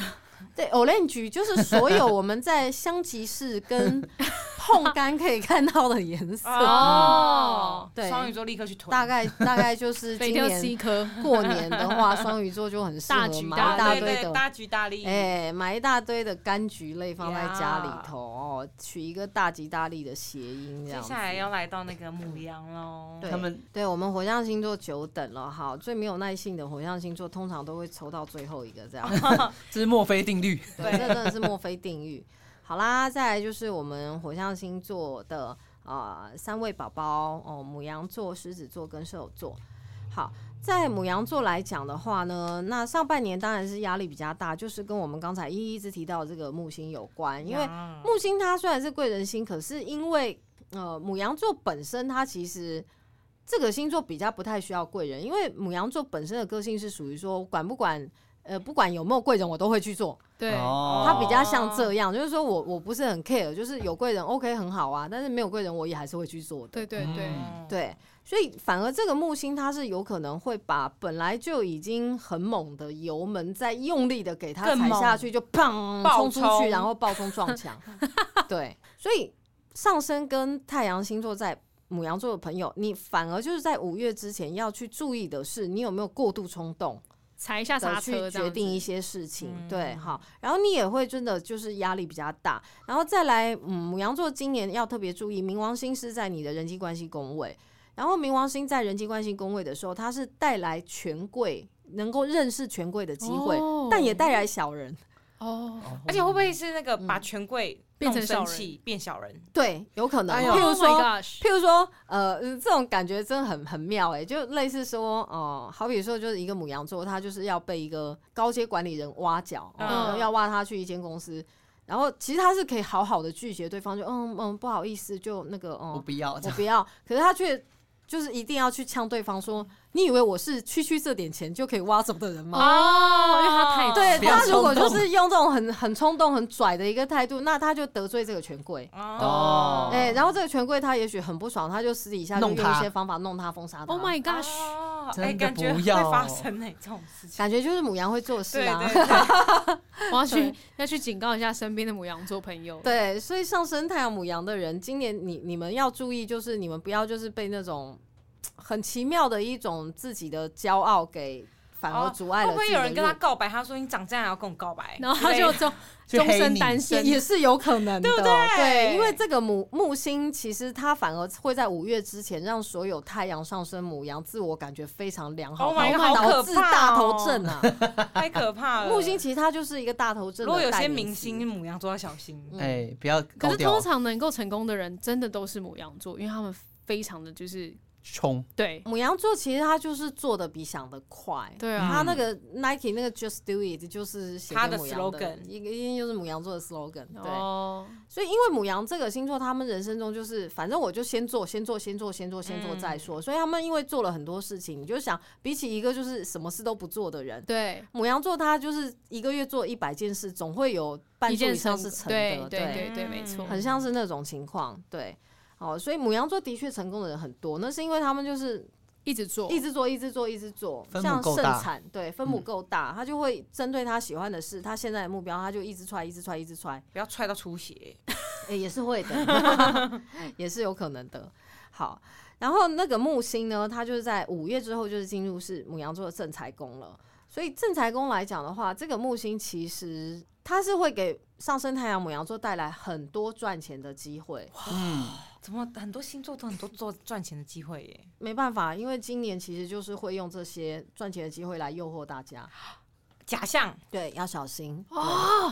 Speaker 6: 对，orange 就是所有我们在香吉
Speaker 5: [laughs]
Speaker 6: 士跟碰干可以看到的颜色，
Speaker 3: 哦，
Speaker 6: 对
Speaker 3: 双鱼座立刻去囤，
Speaker 6: 大概大概就是
Speaker 5: 北 [laughs]
Speaker 6: 今
Speaker 5: 挑
Speaker 6: 年
Speaker 5: 西科，
Speaker 6: 过年的话，双鱼座就很适
Speaker 5: 大
Speaker 6: 合
Speaker 5: 橘
Speaker 6: 买
Speaker 5: 大
Speaker 6: 一大
Speaker 3: 对
Speaker 6: 堆
Speaker 3: 对
Speaker 6: 的
Speaker 3: 大吉大利。
Speaker 6: 哎、买一大堆的柑橘类放在家
Speaker 3: 呀
Speaker 6: 里头哦，取一个大吉大利的谐音这
Speaker 3: 接
Speaker 6: 样子
Speaker 3: 下。来要来到那个母羊喽，
Speaker 6: 对
Speaker 4: 他们
Speaker 6: 对我们火象星座久等了哈，最没有耐性的火象星座通常都会抽到最后一个这样，
Speaker 3: [laughs]
Speaker 4: 这是墨菲定律，
Speaker 6: 对，这真的是墨菲定律。好啦，再来就是我们火象星座的呃三位宝宝哦，母羊座、狮子座跟射手座。好，在母羊座来讲的话呢，那上半年当然是压力比较大，就是跟我们刚才一一直提到的这个木星有关，因为
Speaker 3: 羊
Speaker 6: 木星它虽然是贵人星，可是因为呃母羊座本身它其实这个星座比较不太需要贵人，因为母羊座本身的个性是属于说管不管呃不管有没有贵人我都会去做，
Speaker 5: 对，
Speaker 4: 哦
Speaker 6: 它比较像这样，就是说我我不是很 care，就是有贵人 OK 很好啊，但是没有贵人我也还是会去做的。
Speaker 5: 对对对，
Speaker 4: 嗯
Speaker 6: 对，所以反而这个木星它是有可能会把本来就已经很猛的油门再用力的给它
Speaker 3: 更
Speaker 6: 踩
Speaker 3: 猛
Speaker 6: 下去，就砰
Speaker 3: 爆
Speaker 6: 冲出去，
Speaker 3: 冲
Speaker 6: 然后暴冲撞
Speaker 3: [laughs]
Speaker 6: 墙。对，所以上升跟太阳星座在。母羊座的朋友，你反而就是在五月之前要去注意的是，你有没有过度冲动
Speaker 5: 踩一下
Speaker 6: 的
Speaker 5: 刹
Speaker 6: 去
Speaker 5: 车，
Speaker 6: 决定一些事情，
Speaker 5: 嗯
Speaker 6: 对，好，然后你也会真的就是压力比较大，然后再来，嗯，母羊座今年要特别注意，冥王星是在你的人际关系宫位，然后冥王星在人际关系宫位的时候，它是带来权贵能够认识权贵的机会，
Speaker 5: 哦
Speaker 6: 但也带来小
Speaker 5: [laughs]
Speaker 6: 人。
Speaker 5: 哦，
Speaker 3: 而且会不会是那个
Speaker 6: 嗯
Speaker 3: 把权贵
Speaker 5: 变成
Speaker 3: 弄
Speaker 5: 小
Speaker 3: 生
Speaker 5: 人
Speaker 3: 气变小人？
Speaker 6: 对，有可能。
Speaker 4: 哎呦
Speaker 6: 譬如
Speaker 5: Oh
Speaker 6: 说
Speaker 5: my gosh，
Speaker 6: 譬如说，呃，呃这种感觉真的很很妙哎、就类似说，哦、好比说，就是一个母羊座，他就是要被一个高阶管理人挖角，
Speaker 3: 嗯
Speaker 6: 嗯，要挖他去一间公司，然后其实他是可以好好的拒绝对方，就嗯嗯，不好意思，就那个
Speaker 4: 我
Speaker 6: 嗯，
Speaker 4: 不 [laughs] 要，
Speaker 6: 我不要，可是他却就是一定要去呛对方说，你以为我是区区这点钱就可以挖走的人吗？
Speaker 5: 哦，因为他太
Speaker 6: 对
Speaker 4: 不要
Speaker 6: 他如果
Speaker 4: 冲
Speaker 6: 就
Speaker 4: 动
Speaker 6: 是用这种很很冲动、很拽的一个态度，那他就得罪这个权贵。
Speaker 4: 哦
Speaker 6: 哎、然后这个权贵他也许很不爽，他就私底下就
Speaker 4: 弄
Speaker 6: 用一
Speaker 4: 他
Speaker 6: 些方法弄他、封杀他。
Speaker 5: ，Oh my gosh，
Speaker 6: 啊
Speaker 3: 哦，
Speaker 4: 真
Speaker 3: 哎，
Speaker 4: 的
Speaker 3: 感觉
Speaker 4: 不
Speaker 3: 会
Speaker 4: 要
Speaker 3: 发生哎这种事情。
Speaker 6: 感觉就是母羊会做事
Speaker 3: 对
Speaker 6: 啊。
Speaker 3: 对对，
Speaker 5: 我要去
Speaker 6: 对
Speaker 5: 要去警告一下身边的母羊座朋友，
Speaker 6: [laughs] 对所以上升太阳母羊的人，今年你你们要注意，就是你们不要就是被那种很奇妙的一种自己的骄傲给反而
Speaker 3: 哦
Speaker 6: 阻碍
Speaker 3: 会
Speaker 6: 了
Speaker 3: 不
Speaker 6: 自
Speaker 3: 会
Speaker 6: 己的
Speaker 3: 有
Speaker 6: 路。
Speaker 3: 人跟他告白？他说你长这样还要跟我告白，
Speaker 5: 然后他就终
Speaker 4: 去
Speaker 5: 终
Speaker 4: 黑
Speaker 5: 身
Speaker 4: 你
Speaker 5: 单身
Speaker 6: 也，也是有可能的，
Speaker 3: 对不对
Speaker 6: 因为这个母木星其实它反而会在五月之前让所有太阳上升母羊自我感觉非常良好
Speaker 3: Oh my
Speaker 6: 导
Speaker 3: god，好
Speaker 6: 导
Speaker 3: 可
Speaker 6: 致
Speaker 3: 怕
Speaker 6: 大
Speaker 3: 哦
Speaker 6: 头症啊。
Speaker 3: 太可
Speaker 6: [laughs]
Speaker 3: 怕了。
Speaker 6: 木星其实它就是一个大头
Speaker 3: 呃
Speaker 6: 症。
Speaker 3: 如果有些明星，母羊座要小心，
Speaker 6: 嗯
Speaker 4: 哎，不要
Speaker 5: 可
Speaker 4: 高
Speaker 5: 是
Speaker 4: 调
Speaker 5: 通，常能够成功的人，真的都是母羊座，因为他们非常的就是
Speaker 4: 冲，
Speaker 5: 对
Speaker 6: 母羊座其实他就是做的比想的快，
Speaker 3: 嗯
Speaker 5: 对啊
Speaker 6: 嗯他那个 Nike 那个 Just Do It 就是写给
Speaker 3: 他的
Speaker 6: 母羊
Speaker 3: slogan
Speaker 6: 一个一定就是母羊座的 slogan，对。
Speaker 5: 哦，
Speaker 6: 所以，因为母羊这个星座，他们人生中就是，反正我就先做，先做，先做，先做，先做
Speaker 3: 嗯
Speaker 6: 再说。所以他们因为做了很多事情，你就想，比起一个就是什么事都不做的人，
Speaker 5: 对，
Speaker 6: 母羊座他就是一个月做一百件事，总会有半
Speaker 5: 一
Speaker 6: 数以
Speaker 5: 件
Speaker 6: 上
Speaker 5: 成
Speaker 6: 是成
Speaker 5: 对
Speaker 6: 的，
Speaker 5: 对对
Speaker 3: 对
Speaker 5: 对，没错，
Speaker 6: 很像是那种情况，对。哦，所以母羊座的确成功的人很多，那是因为他们就是
Speaker 5: 一直做，
Speaker 6: 一直做，一直做，一直做，
Speaker 4: 分母
Speaker 6: 像
Speaker 4: 够
Speaker 6: 盛
Speaker 4: 大
Speaker 6: 产，对，分母够大，他就会针对他喜欢的事，他现在的目标，他就一直踹，一直踹，一直踹，
Speaker 3: 不要踹到出血。
Speaker 6: 诶，也是会的， [laughs] 也是有可能的。好，然后那个木星呢，它就是在五月之后就是进入是母羊座的正财宫了。所以正财宫来讲的话，这个木星其实它是会给上升太阳母羊座带来很多赚钱的机会。
Speaker 4: 嗯，
Speaker 3: 怎么很多星座都很多做赚钱的机会耶？
Speaker 6: 没办法，因为今年其实就是会用这些赚钱的机会来诱惑大家，
Speaker 3: 假象，
Speaker 6: 对，要小心。哦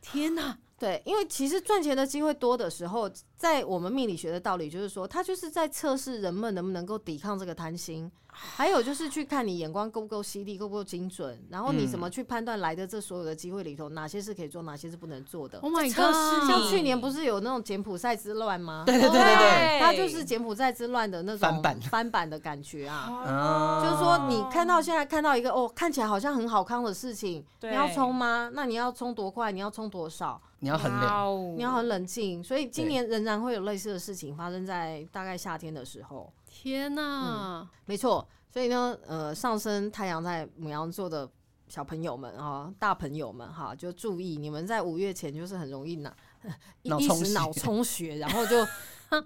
Speaker 5: 天哪，
Speaker 6: 对，因为其实赚钱的机会多的时候，在我们命理学的道理就是说，它就是在测试人们能不能够抵抗这个贪心，还有就是去看你眼光够不够犀利，够不够精准，然后你
Speaker 4: 嗯
Speaker 6: 怎么去判断来的这所有的机会里头，哪些是可以做，哪些是不能做的。
Speaker 5: Oh my
Speaker 3: 测试
Speaker 5: god！
Speaker 3: 你
Speaker 6: 像去年不是有那种柬埔寨之乱吗？
Speaker 4: 对对对对对，
Speaker 6: 它就是柬埔寨之乱的那种
Speaker 4: 翻版
Speaker 6: 翻版的感觉啊。
Speaker 4: 啊，
Speaker 6: 就是说，你看到现在看到一个哦，看起来好像很好康的事情，你
Speaker 3: 对
Speaker 6: 要冲吗？那你要冲多快？你要冲多少？
Speaker 4: 你要衡量，
Speaker 3: 量
Speaker 6: 你要很冷静，所以
Speaker 4: 嗯
Speaker 6: 今
Speaker 4: 对
Speaker 6: 年仍然会有类似的事情发生在大概夏天的时候。
Speaker 5: 天哪，
Speaker 6: 没错，所以呢，呃，上升太阳在母羊座的小朋友们哈，大朋友们哈，就注意，你们在五月前就是很容易脑一
Speaker 4: 脑
Speaker 6: 一
Speaker 4: 充
Speaker 6: 时
Speaker 4: 血
Speaker 6: 脑充
Speaker 4: [laughs]
Speaker 6: 血，然后就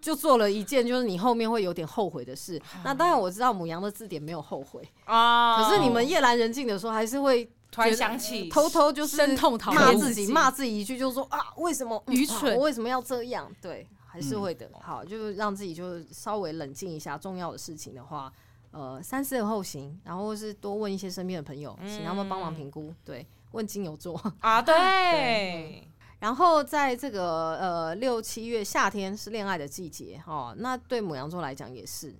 Speaker 6: 就做了一件就是你后面会有点后悔
Speaker 4: [laughs]
Speaker 6: 的事。那当然我知道母羊的字典没有后悔，
Speaker 3: 啊
Speaker 6: 可是你们夜阑人静的时候还是会
Speaker 3: 突然想起
Speaker 6: 偷偷就是
Speaker 5: 深痛讨
Speaker 6: 骂
Speaker 5: 厌
Speaker 6: 自己，骂自己一句，就说啊，为什么
Speaker 5: 愚蠢
Speaker 6: 啊我为什么要这样？对，还是会的。好，就是让自己就稍微冷静一下。重要的事情的话，呃，三思而后行，然后是多问一些身边的朋友，请他们帮忙评估。对，问金牛座。
Speaker 3: 啊，
Speaker 6: 对
Speaker 3: 对，
Speaker 6: 然后在这个呃六七月夏天是恋爱的季节哦，那对母羊座来讲也是。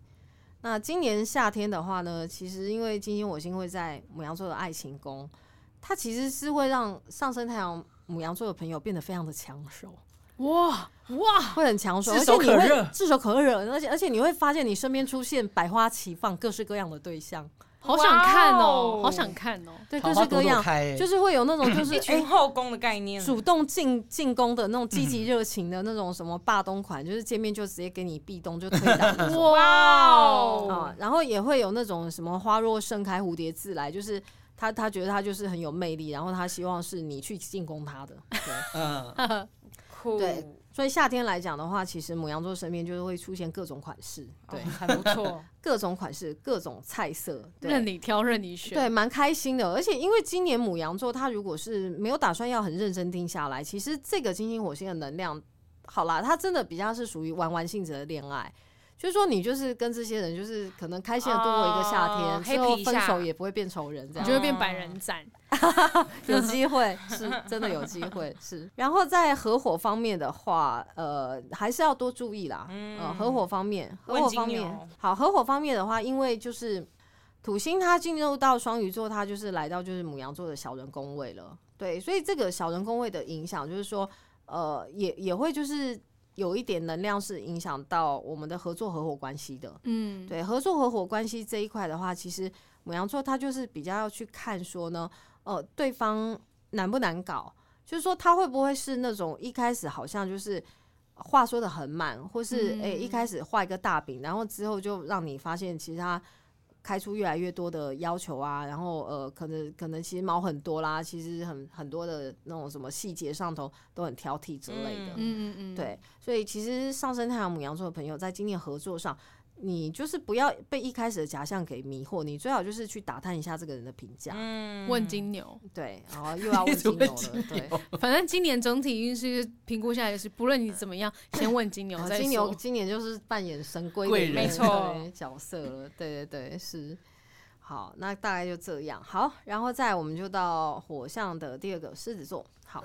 Speaker 6: 那今年夏天的话呢，其实因为金星火星会在母羊座的爱情宫，它其实是会让上升太阳母羊座的朋友变得非常的抢手，
Speaker 5: 哇哇，
Speaker 6: 会很抢手，
Speaker 4: 炙
Speaker 6: 而且
Speaker 4: 手
Speaker 6: 你
Speaker 4: 可
Speaker 6: 会
Speaker 4: 热
Speaker 6: 炙手可热，而且而且你会发现你身边出现百花齐放、各式各样的对象，
Speaker 5: 好想看
Speaker 3: 哇
Speaker 5: 哦
Speaker 3: 哦，
Speaker 5: 好想看哦，
Speaker 6: 对，各
Speaker 4: 桃
Speaker 6: 式
Speaker 4: 花
Speaker 6: 各
Speaker 4: 朵朵
Speaker 6: 样，
Speaker 4: 开，欸
Speaker 6: 就是会有那种就
Speaker 4: [coughs]
Speaker 6: 是
Speaker 3: 一
Speaker 6: 哎
Speaker 3: 群后宫的概念，
Speaker 6: 主动进进攻的那种积极热情的那种什么霸东款，就是见面就直接给你壁咚就推倒那种
Speaker 5: 哇
Speaker 6: 啊
Speaker 5: 哦，，
Speaker 6: 然后也会有那种什么花若盛开蝴蝶自来，就是他他觉得他就是很有魅力，然后他希望是你去进攻他的。对
Speaker 4: 嗯，
Speaker 3: 酷，
Speaker 6: 对所以夏天来讲的话，其实母羊座身边就是会出现各种款式，对，
Speaker 3: 哦很不
Speaker 6: [laughs]
Speaker 3: 错，
Speaker 6: 各种款式，各种菜色，对
Speaker 5: 任。你挑，任你选，
Speaker 6: 对，蛮开心的。而且因为今年母羊座，他如果是没有打算要很认真定下来，其实这个金星火星的能量，好啦，它真的比较是属于玩玩性质的恋爱。就是说，你就是跟这些人，就是可能开心的度过一个夏天，
Speaker 3: 哦
Speaker 6: 之后
Speaker 3: happy 一
Speaker 6: 分
Speaker 3: 下
Speaker 6: 手也不会变仇人，这
Speaker 5: 你
Speaker 6: 样
Speaker 5: 就会变百
Speaker 6: 啊
Speaker 5: 人斩，
Speaker 6: 有机会是真的有机会是。然后在合伙方面的话，呃，还是要多注意啦。嗯、呃，合伙方面，合
Speaker 3: 问
Speaker 6: 伙
Speaker 3: 金
Speaker 6: 方面
Speaker 3: 牛
Speaker 6: 好，合伙方面的话，因为就是土星它进入到双鱼座，它就是来到就是母羊座的小人宫位了。对，所以这个小人宫位的影响，就是说，呃，也也会就是有一点能量是影响到我们的合作合伙关系的。
Speaker 5: 嗯，
Speaker 6: 对合作合伙关系这一块的话，其实母羊座他就是比较要去看说呢，呃，对方难不难搞，就是说他会不会是那种一开始好像就是话说的很满，或是诶、一开始画一个大饼，然后之后就让你发现其实他。开出越来越多的要求啊，然后呃，可能可能其实毛很多啦，其实很很多的那种什么细节上头都很挑剔之类的。
Speaker 3: 嗯
Speaker 5: 嗯嗯嗯，
Speaker 6: 对，所以其实上升太阳母羊座的朋友在今年合作上，你就是不要被一开始的假象给迷惑，你最好就是去打探一下这个人的评价，
Speaker 3: 嗯
Speaker 5: 问，金牛，
Speaker 6: 对，然后又要
Speaker 4: 一
Speaker 6: 问
Speaker 4: 直
Speaker 6: 金牛
Speaker 4: 问
Speaker 6: 了，
Speaker 4: 金
Speaker 6: 对。
Speaker 5: 反正今年整体运势评估下来就是，不论你怎么样，先问金牛
Speaker 6: 然后
Speaker 5: 再说。
Speaker 6: 啊金牛今年就是扮演神龟的
Speaker 4: 贵
Speaker 6: 一
Speaker 4: 人
Speaker 6: 个
Speaker 4: 没
Speaker 3: 错
Speaker 6: 对角色了，对对对，是。好，那大概就
Speaker 4: 哦
Speaker 6: 这样。好，然后再我们就到火象的第二个狮子座。好，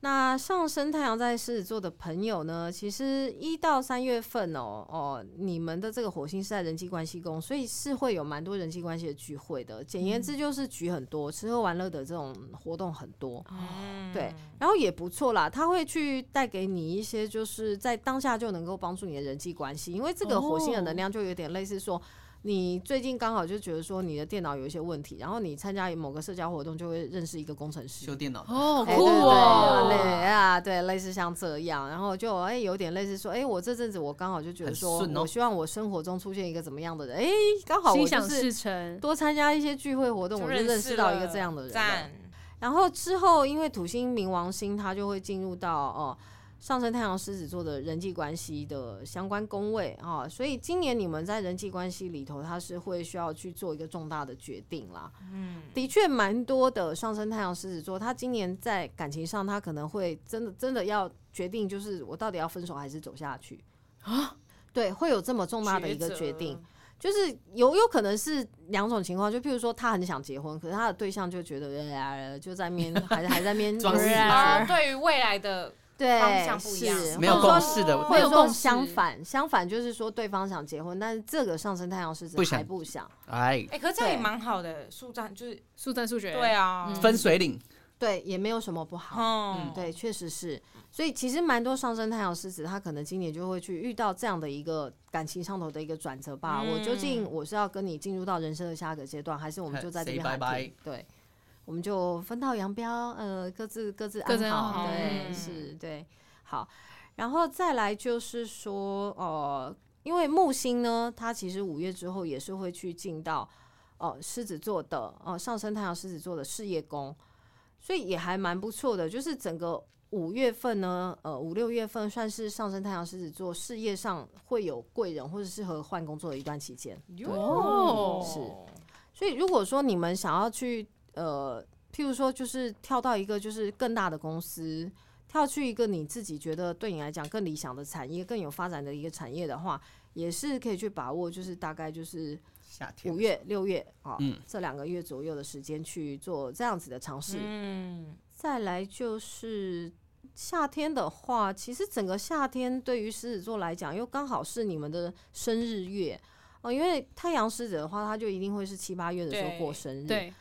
Speaker 6: 那上升太阳在狮子座的朋友呢，其实一到三月份哦哦，你们的这个火星是在人际关系宫，所以是会有蛮多人际关系的聚会的。简
Speaker 5: 嗯
Speaker 6: 言之，就是局很多，吃喝玩乐的这种活动很多。
Speaker 3: 嗯
Speaker 6: 对，然后也不错啦，他会去带给你一些，就是在当下就能够帮助你的人际关系，因为这个火星的能量就有点类似说，你最近刚好就觉得说你的电脑有一些问题，然后你参加某个社交活动就会认识一个工程师
Speaker 4: 修，电脑
Speaker 5: [laughs]
Speaker 4: 的，
Speaker 5: 哦，
Speaker 6: 哎
Speaker 5: 酷哦，
Speaker 6: 对对对啊，对，类似像这样，然后就哎、有点类似说，哎、我这阵子我刚好就觉得
Speaker 4: 很
Speaker 6: 说，
Speaker 4: 顺哦
Speaker 6: 我希望我生活中出现一个怎么样的人，哎、刚好我
Speaker 5: 心
Speaker 6: 就
Speaker 5: 想
Speaker 6: 是
Speaker 5: 事成，
Speaker 6: 多参加一些聚会活动，我就认识到一个
Speaker 3: 了
Speaker 6: 这样的人了。
Speaker 3: 赞，
Speaker 6: 然后之后，因为土星冥王星，它就会进入到哦、上升太阳狮子座的人际关系的相关宫位啊、哦所以今年你们在人际关系里头，它是会需要去做一个重大的决定啦。
Speaker 3: 嗯，
Speaker 6: 的确，蛮多的上升太阳狮子座，他今年在感情上，他可能会真的真的要决定，就是我到底要分手还是走下去啊？对，会有这么重大的一个决定。就是有有可能是两种情况，就譬如说他很想结婚，可是他的对象就觉得呃就在面
Speaker 4: [laughs]
Speaker 6: 还还在面
Speaker 4: 装死
Speaker 3: 啊，
Speaker 6: 对
Speaker 3: 对于未来的方向不一样
Speaker 6: 是
Speaker 4: 没有
Speaker 6: 或
Speaker 4: 共
Speaker 6: 者说
Speaker 4: 识的，
Speaker 5: 哦
Speaker 6: 或者
Speaker 5: 没有
Speaker 6: 说
Speaker 5: 共识
Speaker 6: 相反，相反就是说对方想结婚，但是这个上升太阳狮子
Speaker 4: 不想
Speaker 6: 还不想，
Speaker 4: 哎，
Speaker 3: 哎，可是这样也
Speaker 6: 对
Speaker 3: 蛮好的，速战就是
Speaker 5: 速战速决，
Speaker 3: 对啊，
Speaker 5: 嗯
Speaker 4: 分水岭，
Speaker 6: 对，也没有什么不好。
Speaker 3: 嗯，
Speaker 6: 对，确实是，所以其实蛮多上升太阳狮子，他可能今年就会去遇到这样的一个感情上头的一个转折吧。我究竟
Speaker 3: 嗯
Speaker 6: 我是要跟你进入到人生的下一个阶段，还是我们
Speaker 4: 看
Speaker 6: 就在这
Speaker 4: 谁
Speaker 6: 边
Speaker 4: 拜
Speaker 6: 喊
Speaker 4: 拜
Speaker 6: 停？对，我们就分道扬镳，呃，各自各自
Speaker 5: 各自
Speaker 6: 安
Speaker 5: 安
Speaker 6: 好。
Speaker 5: 好
Speaker 6: 对，
Speaker 3: 嗯
Speaker 6: 是，对，好，然后再来就是说，呃，因为木星呢，它其实五月之后也是会去进到哦狮子座的哦、上升太阳狮子座的事业宫，所以也还蛮不错的。就是整个五月份呢，呃五六月份算是上升太阳狮子座事业上会有贵人或者适合换工作的一段期间。
Speaker 3: 哦，
Speaker 6: 是所以如果说你们想要去呃，譬如说就是跳到一个就是更大的公司，跳去一个你自己觉得对你来讲更理想的产业、更有发展的一个产业的话，也是可以去把握，就是大概就是
Speaker 4: 夏天
Speaker 6: 五月、六月啊、
Speaker 4: 嗯
Speaker 6: 这两个月左右的时间去做这样子的尝试。
Speaker 3: 嗯，
Speaker 6: 再来就是夏天的话，其实整个夏天对于狮子座来讲，又刚好是你们的生日月哦、因为太阳狮子的话，它就一定会是七八月的时候
Speaker 3: 对
Speaker 6: 过生日。
Speaker 5: 对，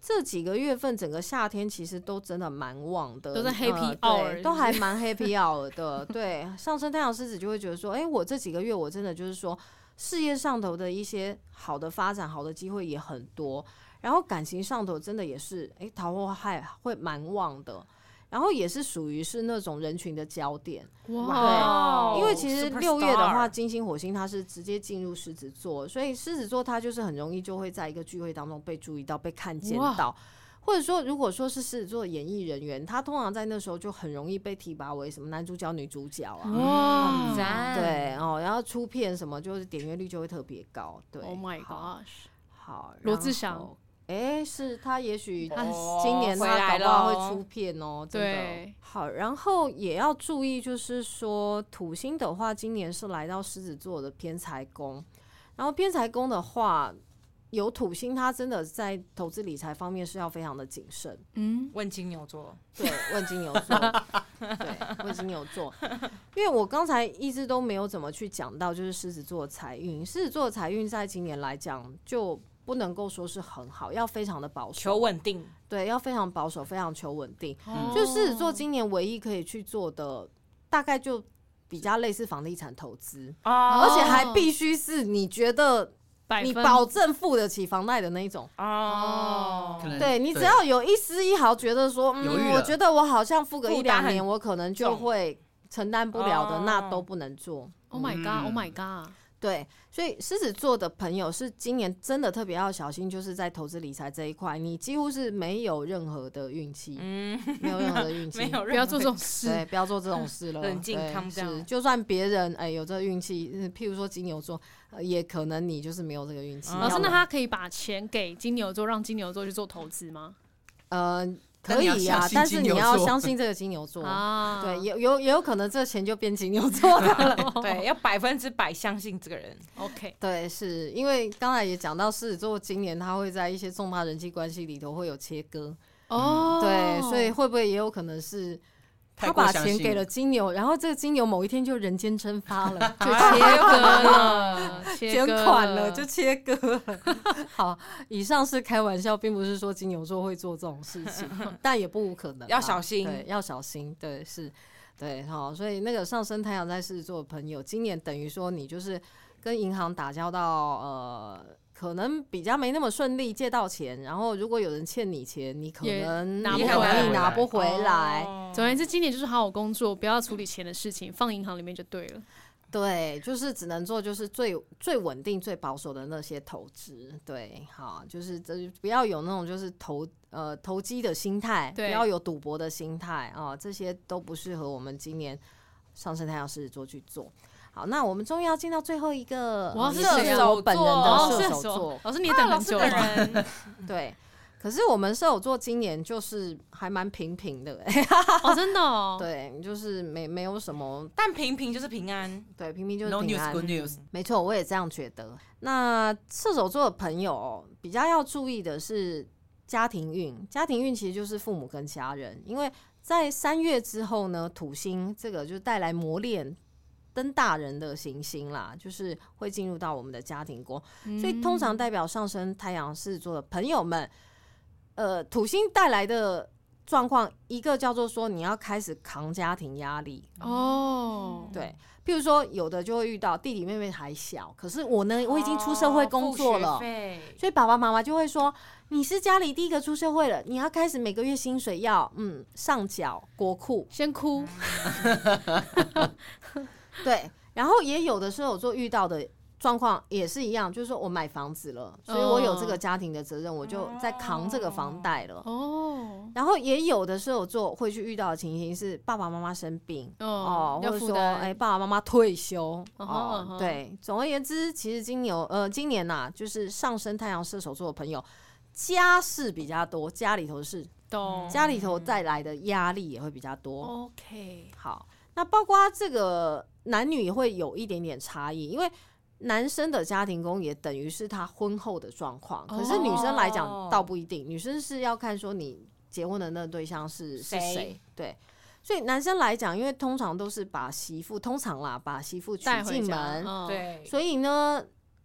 Speaker 6: 这几个月份，整个夏天其实都真的蛮旺的，
Speaker 5: 都在
Speaker 6: 呃
Speaker 5: happy
Speaker 6: 对
Speaker 5: hour，
Speaker 6: 都还
Speaker 5: [laughs]
Speaker 6: 蛮 happy hour 的。对，上升太阳狮子就会觉得说，哎、我这几个月我真的就是说，事业上头的一些好的发展、好的机会也很多，然后感情上头真的也是，哎、桃花害会蛮旺的。然后也是属于是那种人群的焦点，哦
Speaker 5: 哇，哦
Speaker 6: 因为其实
Speaker 3: superstar
Speaker 6: 六月的话，金星、火星它是直接进入狮子座，所以狮子座它就是很容易就会在一个聚会当中被注意到、被看见
Speaker 5: 哇
Speaker 6: 到，或者说如果说是狮子座的演艺人员，他通常在那时候就很容易被提拔为什么男主角、女主角
Speaker 5: 嗯
Speaker 6: 啊，
Speaker 5: 哇
Speaker 3: 哦赞，
Speaker 6: 对哦，然后出片什么就是点阅率就会特别高，对
Speaker 5: ，Oh my
Speaker 6: 好
Speaker 5: gosh，
Speaker 6: 好，然
Speaker 5: 罗志祥哦
Speaker 6: 后，哎，是他也许
Speaker 5: 他
Speaker 6: 今年
Speaker 3: 回
Speaker 6: 他
Speaker 3: 来
Speaker 6: 搞不好
Speaker 3: 了，
Speaker 6: 会出片哦，真的
Speaker 5: 对。
Speaker 6: 好，然后也要注意，就是说土星的话，今年是来到狮子座的偏财宫，然后偏财宫的话，有土星，它真的在投资理财方面是要非常的谨慎。
Speaker 5: 嗯，
Speaker 3: 问金牛座，
Speaker 6: 对，问金牛座，对，问金牛座，因为我刚才一直都没有怎么去讲到，就是狮子座的财运，狮子座的财运在今年来讲就不能够说是很好，要非常的保守，
Speaker 3: 求稳定，
Speaker 6: 对，要非常保守，非常求稳定。
Speaker 4: 嗯
Speaker 6: 就狮
Speaker 3: 哦
Speaker 6: 子座
Speaker 5: 哦
Speaker 6: 今年唯一可以去做的，大概就比较类似房地产投资，
Speaker 3: 哦
Speaker 6: 而且还必须是你觉得
Speaker 5: 百
Speaker 6: 你
Speaker 5: 分
Speaker 6: 保证付得起房贷的那一种。
Speaker 3: 哦，
Speaker 4: 可能
Speaker 6: 对你只要有一丝一毫觉得说，
Speaker 4: 犹豫
Speaker 6: 嗯，
Speaker 4: 了
Speaker 6: 我觉得我好像付个
Speaker 3: 负
Speaker 6: 一两
Speaker 3: 担
Speaker 6: 年，
Speaker 3: 很
Speaker 6: 我可能就
Speaker 3: 重
Speaker 6: 会承担不了的，那
Speaker 3: 哦
Speaker 6: 都不能做。
Speaker 3: 嗯
Speaker 5: ，Oh my god，Oh my god，
Speaker 6: 对，所以狮子座的朋友是今年真的特别要小心，就是在投资理财这一块，你几乎是没有任何的运
Speaker 3: [laughs]
Speaker 6: 气，
Speaker 3: 嗯，
Speaker 6: 没有任何的运气，
Speaker 3: 没有，
Speaker 5: 不要做这种事，
Speaker 6: 对，不要做这
Speaker 4: 嗯
Speaker 6: 种事了。
Speaker 3: 冷静
Speaker 6: 对
Speaker 3: calm
Speaker 6: 是
Speaker 3: down
Speaker 6: 就算别人哎、有这个运气，嗯譬如说金牛座，呃也可能你就是没有这个运气。
Speaker 4: 哦
Speaker 3: 嗯
Speaker 5: 老师
Speaker 6: 要，
Speaker 5: 那
Speaker 6: 么
Speaker 5: 他可以把钱给金牛座，让金牛座去做投资吗？
Speaker 6: 呃
Speaker 4: 但
Speaker 6: 可
Speaker 4: 你要
Speaker 6: 以呀、
Speaker 4: 相信
Speaker 6: 但是
Speaker 4: 金
Speaker 6: 你
Speaker 4: 牛
Speaker 6: 要
Speaker 4: 座
Speaker 6: 相信这个金牛座。
Speaker 5: 啊
Speaker 6: 对，有有也有可能这钱就变金牛座的
Speaker 4: [laughs]
Speaker 6: 了。
Speaker 3: 对，要百分之百相信这个人，
Speaker 5: ，OK，
Speaker 6: 对，是因为刚才也讲到狮子座今年他会在一些重大人际关系里头会有切割，
Speaker 5: 哦
Speaker 6: 对，所以会不会也有可能是他
Speaker 4: 太过
Speaker 6: 把
Speaker 4: 相
Speaker 6: 钱
Speaker 4: 信
Speaker 6: 给了金牛，然后这个金牛某一天就人间蒸发了，就
Speaker 5: 就切割了，
Speaker 6: [laughs]
Speaker 5: 切
Speaker 6: 捐
Speaker 5: 割
Speaker 6: 款了，就切割了。 [laughs] 好，以上是开玩笑，并不是说金牛座会做这种事 [laughs] 情，但也不无可能啊，
Speaker 3: 要小心
Speaker 6: 对，要小心，对，是，对，好，所以那个上升太阳在狮子座的朋友，今年等于说你就是跟银行打交道，呃。可能比较没那么顺利借到钱，然后如果有人欠你钱，你可
Speaker 5: 也
Speaker 6: 能
Speaker 5: 拿
Speaker 6: 你
Speaker 5: 不
Speaker 6: 很
Speaker 5: 回
Speaker 6: 容易
Speaker 5: 来
Speaker 6: 拿不回来。
Speaker 3: 哦
Speaker 5: 总而言之，今年就是好好工作，不要处理钱的事情，放银行里面就对了。
Speaker 6: 对，就是只能做就是最最稳定、最保守的那些投资。对，好，就是这不要有那种就是投呃投机的心态，不
Speaker 5: 对
Speaker 6: 要有赌博的心态啊、这些都不适合我们今年上升太阳狮子座去做。好，那我们终于要进到最后一个，
Speaker 5: 哇
Speaker 6: 呃
Speaker 5: 是
Speaker 6: 也是
Speaker 5: 谁啊
Speaker 6: 是我本人
Speaker 3: 哦
Speaker 6: 的射
Speaker 5: 射
Speaker 6: 手
Speaker 5: [laughs]
Speaker 6: 座
Speaker 5: 手，，老师你也
Speaker 3: 啊
Speaker 5: 等
Speaker 3: 老
Speaker 5: 很
Speaker 3: 师
Speaker 5: 久
Speaker 3: 本
Speaker 5: 了，
Speaker 3: 人
Speaker 6: 对。可是我们射手座今年就是还蛮平平的、欸，
Speaker 5: 哦，真的哦，
Speaker 6: [laughs] 对，就是没没有什么，
Speaker 3: 但平平就是平安，
Speaker 6: 对，平平就是
Speaker 4: No
Speaker 6: 平
Speaker 4: news,
Speaker 6: 安。
Speaker 4: good news。
Speaker 6: 没错，我也这样觉得。那射手座的朋友哦、比较要注意的是家庭运，家庭运其实就是父母跟家人，因为在三月之后呢，土星这个就带来磨练。登大人的行星啦，就是会进入到我们的家庭宫，
Speaker 5: 嗯
Speaker 6: 所以通常代表上升太阳狮子座的朋友们，呃，土星带来的状况，一个叫做说你要开始扛家庭压力，
Speaker 5: 哦，
Speaker 6: 对，譬如说有的就会遇到弟弟妹妹还小，可是我呢，我已经出社会工作
Speaker 3: 哦
Speaker 6: 了，
Speaker 3: 哦付学费
Speaker 6: 所以爸爸妈妈就会说你是家里第一个出社会了，你要开始每个月薪水要嗯上缴国
Speaker 3: [laughs]
Speaker 6: 库，
Speaker 5: 先哭，
Speaker 6: 嗯对，然后也有的时候做遇到的。状况也是一样，就是说我买房子了，所以我有
Speaker 3: 哦
Speaker 6: 这个家庭的责任，我就在扛这个房贷了。
Speaker 5: 哦
Speaker 6: 然后也有的时候做会去遇到的情形是爸爸妈妈生病，哦
Speaker 5: 哦，，
Speaker 6: 或
Speaker 5: 要
Speaker 6: 者
Speaker 5: 负
Speaker 6: 说
Speaker 5: 担，
Speaker 6: 哎、爸爸妈妈退休
Speaker 5: 嗯哼嗯
Speaker 6: 哦
Speaker 5: 哼，
Speaker 6: 对。总而言之，其实金牛呃今年呐、就是上升太阳射手座的朋友，家事比较多，家里头的事，
Speaker 5: 懂
Speaker 6: 家里头带来的压力也会比较多。
Speaker 5: 哦，OK，
Speaker 6: 好，那包括这个男女也会有一点点差异，因为。男生的家庭宫也等于是他婚后的状况，可是女生来讲
Speaker 3: 哦
Speaker 6: 倒不一定，女生是要看说你结婚的那个对象是是
Speaker 3: 谁
Speaker 6: 谁，对。所以男生来讲，因为通常都是把媳妇，通常啦，把媳妇娶
Speaker 5: 带回
Speaker 6: 进
Speaker 5: 家哦
Speaker 6: 门，，嗯
Speaker 3: 对，
Speaker 6: 哦所以呢，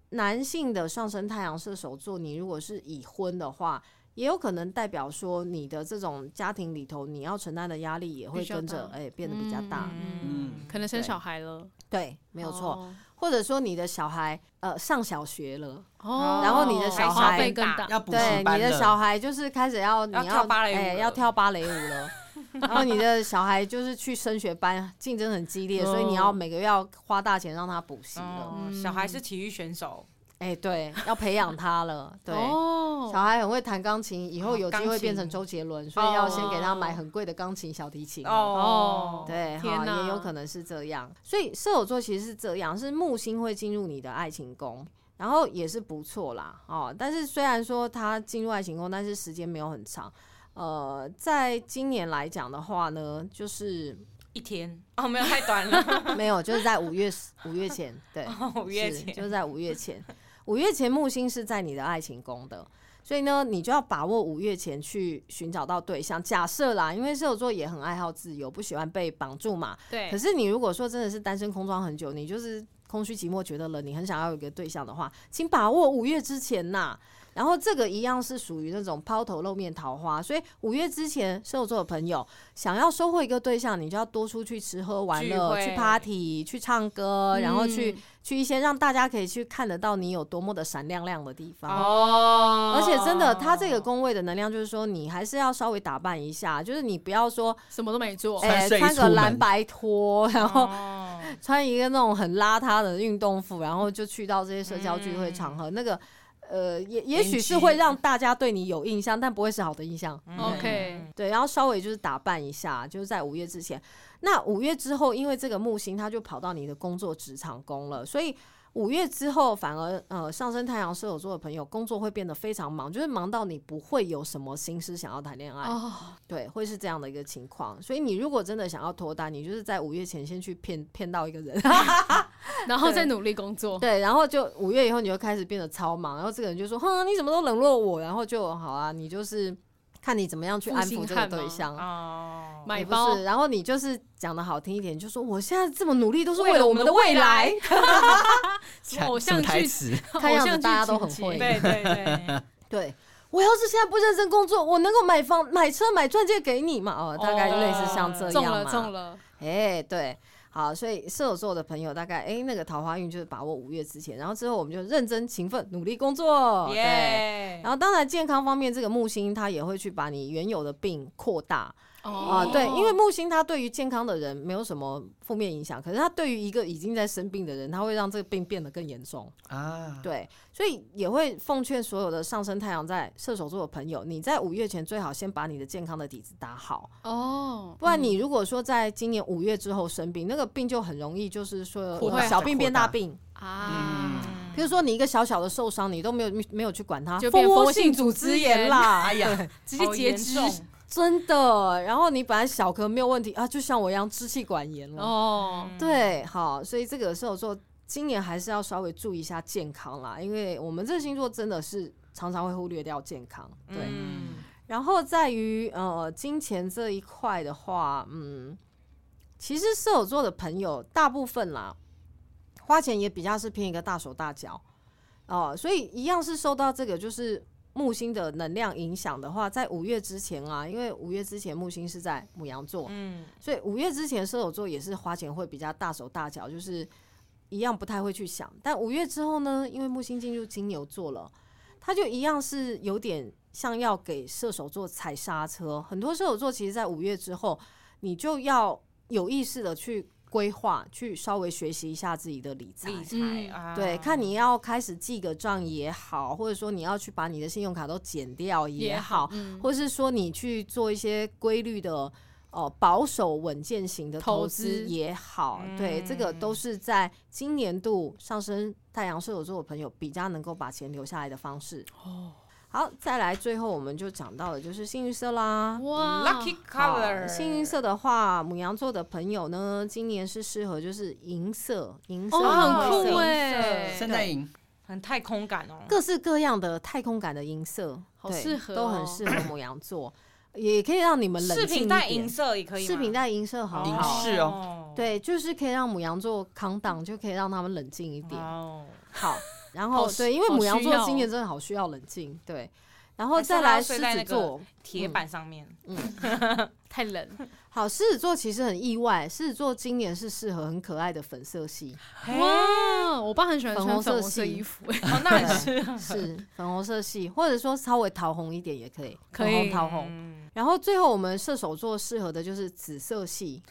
Speaker 6: 男性的上升太阳射手座，你如果是已婚的话，也有可能代表说你的这种家庭里头，你要承担的压力也会
Speaker 5: 比较
Speaker 6: 跟着
Speaker 5: 大
Speaker 6: 哎、变得比较大。
Speaker 4: 嗯，
Speaker 5: 可能生
Speaker 6: 对
Speaker 5: 小孩了，
Speaker 6: 对，没有错。
Speaker 5: 哦，
Speaker 6: 或者说你的小孩呃上小学了，
Speaker 5: 哦
Speaker 6: 然后你的小
Speaker 5: 花
Speaker 6: 孩
Speaker 5: 费更大，
Speaker 4: 要补习
Speaker 6: 对，
Speaker 4: 班
Speaker 6: 你的
Speaker 4: 了
Speaker 6: 小孩就是开始要你
Speaker 3: 要跳芭蕾舞
Speaker 6: 哎
Speaker 3: 了
Speaker 6: 要跳芭蕾舞
Speaker 3: [laughs]
Speaker 6: 了。然后你的小孩就是去升学班，竞争很激烈，所以你要
Speaker 5: 哦
Speaker 6: 每个月要花大钱让他补习了。
Speaker 3: 哦小孩是体育选手，
Speaker 6: 哎，对，要培养他
Speaker 3: [laughs]
Speaker 6: 了。对，
Speaker 5: 哦，
Speaker 6: 小孩很会弹钢琴，以后
Speaker 3: 哦
Speaker 6: 有机
Speaker 3: 钢
Speaker 6: 会变
Speaker 3: 琴
Speaker 6: 成周杰伦，所以要先给他买
Speaker 5: 哦
Speaker 6: 很贵的钢琴、小提琴。
Speaker 3: 哦，
Speaker 6: 对，
Speaker 5: 天
Speaker 6: 哈，也有
Speaker 5: 哪
Speaker 6: 可能是这样。所以射手座其实是这样，是木星会进入你的爱情宫，然后也是不错啦，哦。但是虽然说它进入爱情宫，但是时间没有很长。呃，在今年来讲的话呢，
Speaker 3: [laughs]
Speaker 6: 就是
Speaker 3: 一天哦，没有太短了，哦
Speaker 6: 没有，就是在五月五月前，对，
Speaker 3: [laughs] 五月
Speaker 6: 是
Speaker 3: 前
Speaker 6: 就是在五月前，五月前木星是在你的爱情宫的，所以呢，你就要把握五月前去寻找到对象。假设啦，因为射手座也很爱好自由，不喜欢被绑住嘛。
Speaker 5: 对
Speaker 6: 可，是你如果说真的是单身空窗很久，你就是空虚寂寞觉得冷，你很想要有一个对象的话，请把握五月之前呐。然后这个一样是属于那种抛头露面桃花，所以五月之前射手座的朋友想要收获一个对象，你就要多出去吃喝玩
Speaker 3: 聚
Speaker 6: 乐，
Speaker 3: 会
Speaker 6: 去 party，去唱歌，呃然后去、
Speaker 5: 嗯
Speaker 6: 去一些让大家可以去看得到你有多么的闪亮亮的地方。
Speaker 3: 哦
Speaker 6: 而且真的，它这个宫位的能量就是说，你还是要稍微打扮一下，就是你不要说，
Speaker 5: 什么都没做，
Speaker 4: 穿
Speaker 6: 哎、
Speaker 4: 睡衣
Speaker 6: 穿
Speaker 4: 出
Speaker 6: 个
Speaker 4: 门
Speaker 6: 蓝白拖，然后
Speaker 3: 哦
Speaker 6: 穿一个那种很邋遢的运动服，然后就去到这些社交聚会场合，那个呃，也也许是会让大家对你有印象，但不会是好的印象。
Speaker 3: 嗯
Speaker 5: OK
Speaker 6: 对，然后稍微就是打扮一下，就是在五月之前。那五月之后，因为这个木星它就跑到你的工作职场宫了，所以五月之后反而呃上升太阳射手座的朋友工作会变得非常忙，就是忙到你不会有什么心思想要谈恋爱。
Speaker 5: 哦，
Speaker 6: 对，会是这样的一个情况。所以你如果真的想要脱单，你就是在五月前先去骗骗到一个人，
Speaker 5: 然后再努力工
Speaker 6: [laughs]
Speaker 5: 作，
Speaker 6: 对，然后就五月以后你就开始变得超忙，然后这个人就说：“哼，你怎么都冷落我？”然后就好啊，你就是看你怎么样去
Speaker 5: 负
Speaker 6: 安
Speaker 5: 心
Speaker 6: 抚这个
Speaker 5: 汉吗啊
Speaker 6: 对象。
Speaker 3: 哦，
Speaker 5: 买
Speaker 6: 也不
Speaker 5: 包
Speaker 6: 是，然后你就是讲的好听一点，就说我现在这么努力都是
Speaker 5: 为
Speaker 6: 为
Speaker 5: 了
Speaker 6: 了
Speaker 5: 我
Speaker 6: 我
Speaker 5: 们
Speaker 6: 们
Speaker 5: 的
Speaker 6: 的
Speaker 5: 未
Speaker 6: 未来。
Speaker 4: 什
Speaker 5: 偶
Speaker 4: 么
Speaker 5: 像
Speaker 4: 台
Speaker 5: 剧
Speaker 4: 词？
Speaker 5: 偶
Speaker 6: 看样
Speaker 5: 像剧
Speaker 6: 子大家都
Speaker 5: 情
Speaker 6: 很
Speaker 5: 节
Speaker 6: 会
Speaker 3: 对对
Speaker 6: [laughs]
Speaker 3: 对，
Speaker 6: 对，我要是现在不认真工作，我能够买房、买车、买钻戒给你嘛？哦，大概类似像这
Speaker 5: 哦中
Speaker 6: 样嘛。
Speaker 5: 了中了，
Speaker 6: 哎，对，好，所以射手座的朋友大概哎，那个桃花运就是把握五月之前，然后之后我们就认真勤奋努力工作，哦对。
Speaker 3: 耶
Speaker 6: 然，后当然健康方面，这个木星它也会去把你原有的病扩大啊、
Speaker 5: 哦
Speaker 6: 对，因为木星它对于健康的人没有什么负面影响，可是它对于一个已经在生病的人，它会让这个病变得更严重。
Speaker 4: 啊，
Speaker 6: 对，所以也会奉劝所有的上升太阳在射手座的朋友，你在五月前最好先把你的健康的底子打好，
Speaker 5: 哦，
Speaker 6: 不
Speaker 5: 嗯
Speaker 6: 然你如果说在今年五月之后生病，那个病就很容易就是说
Speaker 4: 扩
Speaker 6: 呃
Speaker 5: 大嗯
Speaker 6: 小
Speaker 4: 再
Speaker 6: 病
Speaker 4: 扩
Speaker 6: 变大
Speaker 4: 大
Speaker 6: 病。
Speaker 5: 啊，
Speaker 3: 嗯
Speaker 6: 比如说你一个小小的受伤，你都没有没有去管它，
Speaker 5: 就
Speaker 6: 蜂
Speaker 5: 变
Speaker 6: 窝
Speaker 5: 蜂性
Speaker 6: 性
Speaker 5: 组
Speaker 6: 组
Speaker 5: 织
Speaker 6: 织炎
Speaker 5: 炎
Speaker 6: 啦，
Speaker 4: 哎呀，
Speaker 5: 直接截肢
Speaker 3: 好严重
Speaker 6: 真的。然后你本来小咳没有问题啊，就像我一样支气管炎了。
Speaker 5: 哦，
Speaker 6: 嗯对，好，所以这个射手座今年还是要稍微注意一下健康啦，因为我们这个星座真的是常常会忽略掉健康。对，
Speaker 3: 嗯
Speaker 6: 然后在于呃金钱这一块的话，嗯，其实射手座的朋友大部分啦，花钱也比较是偏一个大手大脚哦、所以一样是受到这个就是木星的能量影响的话，在五月之前啊，因为五月之前木星是在母羊座，
Speaker 3: 嗯，
Speaker 6: 所以五月之前射手座也是花钱会比较大手大脚，就是一样不太会去想。但五月之后呢，因为木星进入金牛座了，他就一样是有点像要给射手座踩刹车。很多射手座其实在五月之后，你就要有意识的去规划，去稍微学习一下自己的理财。
Speaker 3: 理财
Speaker 5: 嗯
Speaker 3: 啊，
Speaker 6: 对，看你要开始记个账也好，或者说你要去把你的信用卡都减掉也好，
Speaker 5: 嗯
Speaker 6: 或是说你去做一些规律的呃保守稳健型的
Speaker 5: 投
Speaker 6: 投
Speaker 5: 资
Speaker 6: 资也好，对，这个都
Speaker 3: 嗯
Speaker 6: 是在今年度上升太阳射手座的朋友比较能够把钱留下来的方式。
Speaker 5: 哦，
Speaker 6: 好，再来最后我们就讲到的就是幸运色啦。
Speaker 5: 哇
Speaker 3: lucky
Speaker 6: 好
Speaker 3: color，
Speaker 6: 幸运色的话，母羊座的朋友呢，今年是适合就是银色、银色、
Speaker 5: 哦，
Speaker 6: 银
Speaker 5: 很酷
Speaker 6: 色
Speaker 3: 色
Speaker 5: 哎，
Speaker 4: 圣诞营
Speaker 3: 很太空感哦，
Speaker 6: 各式各样的太空感的银色，
Speaker 5: 好
Speaker 6: 对
Speaker 5: 适合
Speaker 6: 都
Speaker 5: 哦
Speaker 6: 很适合母羊座，也可以让你们冷
Speaker 3: 饰
Speaker 6: 静一
Speaker 3: 品带
Speaker 6: 点
Speaker 3: 银色也可以吗，
Speaker 6: 饰品带银色很好，
Speaker 4: 饰
Speaker 3: 哦，
Speaker 6: 对，就是可以让母羊座扛档，就可以让他们冷静一点。
Speaker 3: 哦，
Speaker 6: 好，然
Speaker 5: 好
Speaker 6: 后
Speaker 5: 需
Speaker 6: 对，因为
Speaker 5: 好
Speaker 6: 母羊
Speaker 5: 需
Speaker 6: 座
Speaker 5: 要哦
Speaker 6: 今年真的好需要冷静，对。然后
Speaker 3: 还是
Speaker 6: 再
Speaker 3: 它要
Speaker 6: 来
Speaker 3: 睡
Speaker 6: 狮
Speaker 3: 在
Speaker 6: 子
Speaker 3: 那个
Speaker 6: 座，
Speaker 3: 铁板上面，
Speaker 5: 太冷，
Speaker 6: 好，狮子座其实很意外，狮子座今年是适合很可爱的粉色系，
Speaker 5: 哇！我爸很喜欢穿
Speaker 6: 哎粉红色
Speaker 5: 粉红色
Speaker 6: 系
Speaker 5: 衣服，哎
Speaker 3: 哦，那很
Speaker 6: [laughs]
Speaker 3: 适合，
Speaker 6: 是粉红色系，或者说稍微桃红一点也可以，
Speaker 5: 可
Speaker 6: 粉红
Speaker 5: 以
Speaker 6: 桃红。
Speaker 3: 嗯，
Speaker 6: 然后最后我们射手座适合的就是紫色系，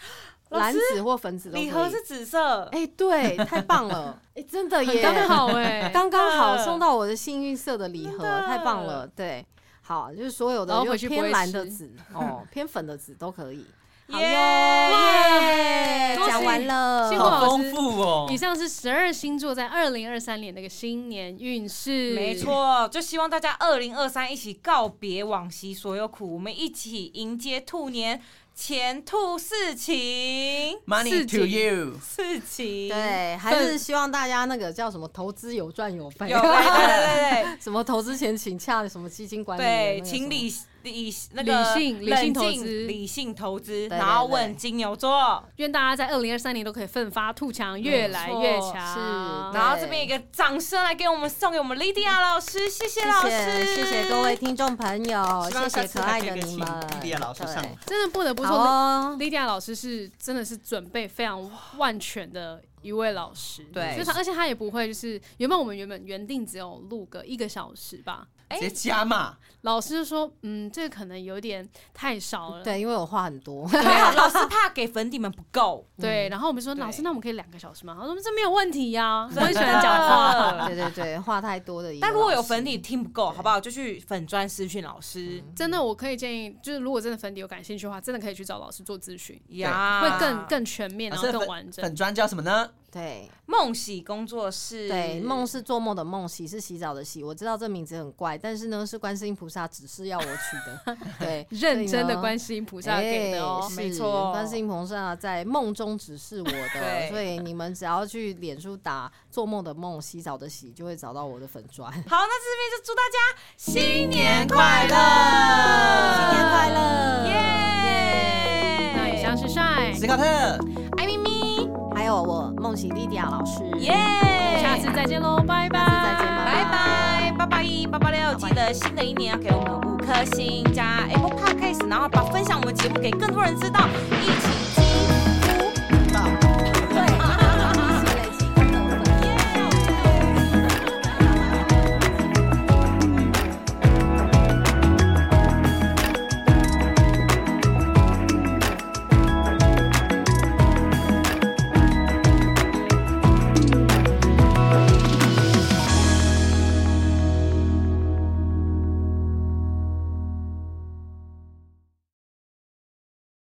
Speaker 3: 老
Speaker 6: 蓝
Speaker 3: 师
Speaker 6: 紫或粉紫都可以。
Speaker 3: 礼盒是紫色，
Speaker 6: 哎、对，太棒了，哎、真的
Speaker 5: [laughs] 很
Speaker 6: 耶，
Speaker 5: 刚好
Speaker 6: [laughs]
Speaker 5: 哎，
Speaker 6: 刚刚好
Speaker 3: 真的
Speaker 6: 送到我的幸运色的礼盒
Speaker 3: 真，的
Speaker 6: 太棒了！对，好，就是所有
Speaker 5: 然
Speaker 6: 的
Speaker 5: 后
Speaker 6: 就
Speaker 5: 回去
Speaker 6: 是
Speaker 5: 不会
Speaker 6: 偏蓝的
Speaker 5: 吃
Speaker 6: 紫哦，偏粉的紫都可以。好
Speaker 3: 耶
Speaker 6: 耶，
Speaker 5: 恭
Speaker 6: 讲
Speaker 5: 喜
Speaker 6: 完了
Speaker 5: 幸。
Speaker 4: 好
Speaker 5: 好老
Speaker 4: 丰
Speaker 5: 师
Speaker 4: 富哦
Speaker 5: 以。上是十二星座在二零二三年那个新年运势，
Speaker 3: 没。错，就希望大家二零二三一起告别往昔所有苦，我们一起迎接兔年前兔事情，
Speaker 5: 四
Speaker 4: Money
Speaker 5: 级
Speaker 4: to you，
Speaker 3: 事情，
Speaker 6: 对，还是希望大家那个叫什么投资有赚有赔，
Speaker 3: 有，对对对对
Speaker 6: [laughs] 什么投资前请洽什么基金管理员那
Speaker 3: 对对，
Speaker 6: 个什么，
Speaker 3: 请理理那个
Speaker 5: 理性理
Speaker 3: 冷
Speaker 5: 性投
Speaker 3: 静
Speaker 5: 资
Speaker 3: 理性投资，
Speaker 6: 对
Speaker 3: 然后
Speaker 6: 对
Speaker 3: 问金牛座。
Speaker 5: 愿大家在二零二三年都可以奋发图强，越来越
Speaker 3: 错
Speaker 5: 强。
Speaker 6: 是
Speaker 3: 然后这边一个掌声来给我们送给我们 Lydia 老师，谢谢老
Speaker 6: 谢
Speaker 3: 师，
Speaker 6: 谢谢谢各位听众朋友，
Speaker 4: 希望
Speaker 6: 谢
Speaker 4: 下
Speaker 6: 谢
Speaker 4: 次
Speaker 6: 可
Speaker 4: 还
Speaker 6: 爱
Speaker 4: 可
Speaker 6: 的
Speaker 4: 以
Speaker 6: 你
Speaker 4: 请
Speaker 6: 们。
Speaker 4: 莉亚老师上
Speaker 6: 对
Speaker 4: 来。
Speaker 5: 真的不得不
Speaker 6: 好
Speaker 5: 说
Speaker 6: 哦，
Speaker 5: ，Lydia 老师是真的是准备非常万全的一位老师。
Speaker 3: 对
Speaker 5: 就是而且他也不会就是原本我们原本原定只有录个一个小时吧，
Speaker 3: 哎
Speaker 4: 直接加嘛，
Speaker 5: 老师就说嗯这个可能有点太少了。
Speaker 6: 对，因为我话很多，
Speaker 3: 没有，老师怕给粉底们不够，
Speaker 5: 对，然后我们说老师，
Speaker 3: 对
Speaker 5: 那我们可以两个小时吗？他说这没有问题呀，我
Speaker 3: 真的
Speaker 5: 很喜欢讲话。
Speaker 6: 对对对，话太多的一个老
Speaker 3: 但
Speaker 6: 师。
Speaker 3: 如果有粉底听不够，好不好？就去粉砖私讯老师
Speaker 5: [laughs] 真的，我可以建议，就是如果真的粉底有感兴趣的话，真的可以去找老师做咨询，
Speaker 3: 呀，
Speaker 5: 会更更全面，
Speaker 4: 老
Speaker 5: 然
Speaker 4: 师
Speaker 5: 后
Speaker 4: 的啊
Speaker 5: 更
Speaker 4: 粉
Speaker 5: 完整。
Speaker 4: 粉砖叫什么呢？
Speaker 6: 对
Speaker 3: 梦喜工作室，
Speaker 6: 对，梦是做梦的梦，洗是洗澡的洗。我知道这名字很怪，但是呢，是观世音菩萨指示要我取
Speaker 5: [laughs]
Speaker 6: 的。对，哎
Speaker 5: 认真的观
Speaker 6: 世
Speaker 5: 世音菩萨给的哦。
Speaker 3: 没错
Speaker 6: 观世音菩萨在梦中指示我的，
Speaker 3: 对
Speaker 6: 所以你们只要去脸书打“做梦的梦，洗澡的洗”，就会找到我的粉砖。
Speaker 3: 好，那这边就祝大家新年快乐，
Speaker 6: 新年快
Speaker 3: 嗯
Speaker 6: 乐
Speaker 3: 耶！
Speaker 5: 那以上是帅，
Speaker 4: 斯卡特。
Speaker 3: 艾咪咪，
Speaker 6: 还有我梦喜莉迪亚老师，
Speaker 3: 耶！
Speaker 5: 下次再见喽，拜拜，
Speaker 6: 下次再见拜
Speaker 3: 拜拜，八八一八八六，记得新的一年要给我们五颗星加 Apple Podcast，然后把分享我们节目给更多人知道，一起。 [laughs]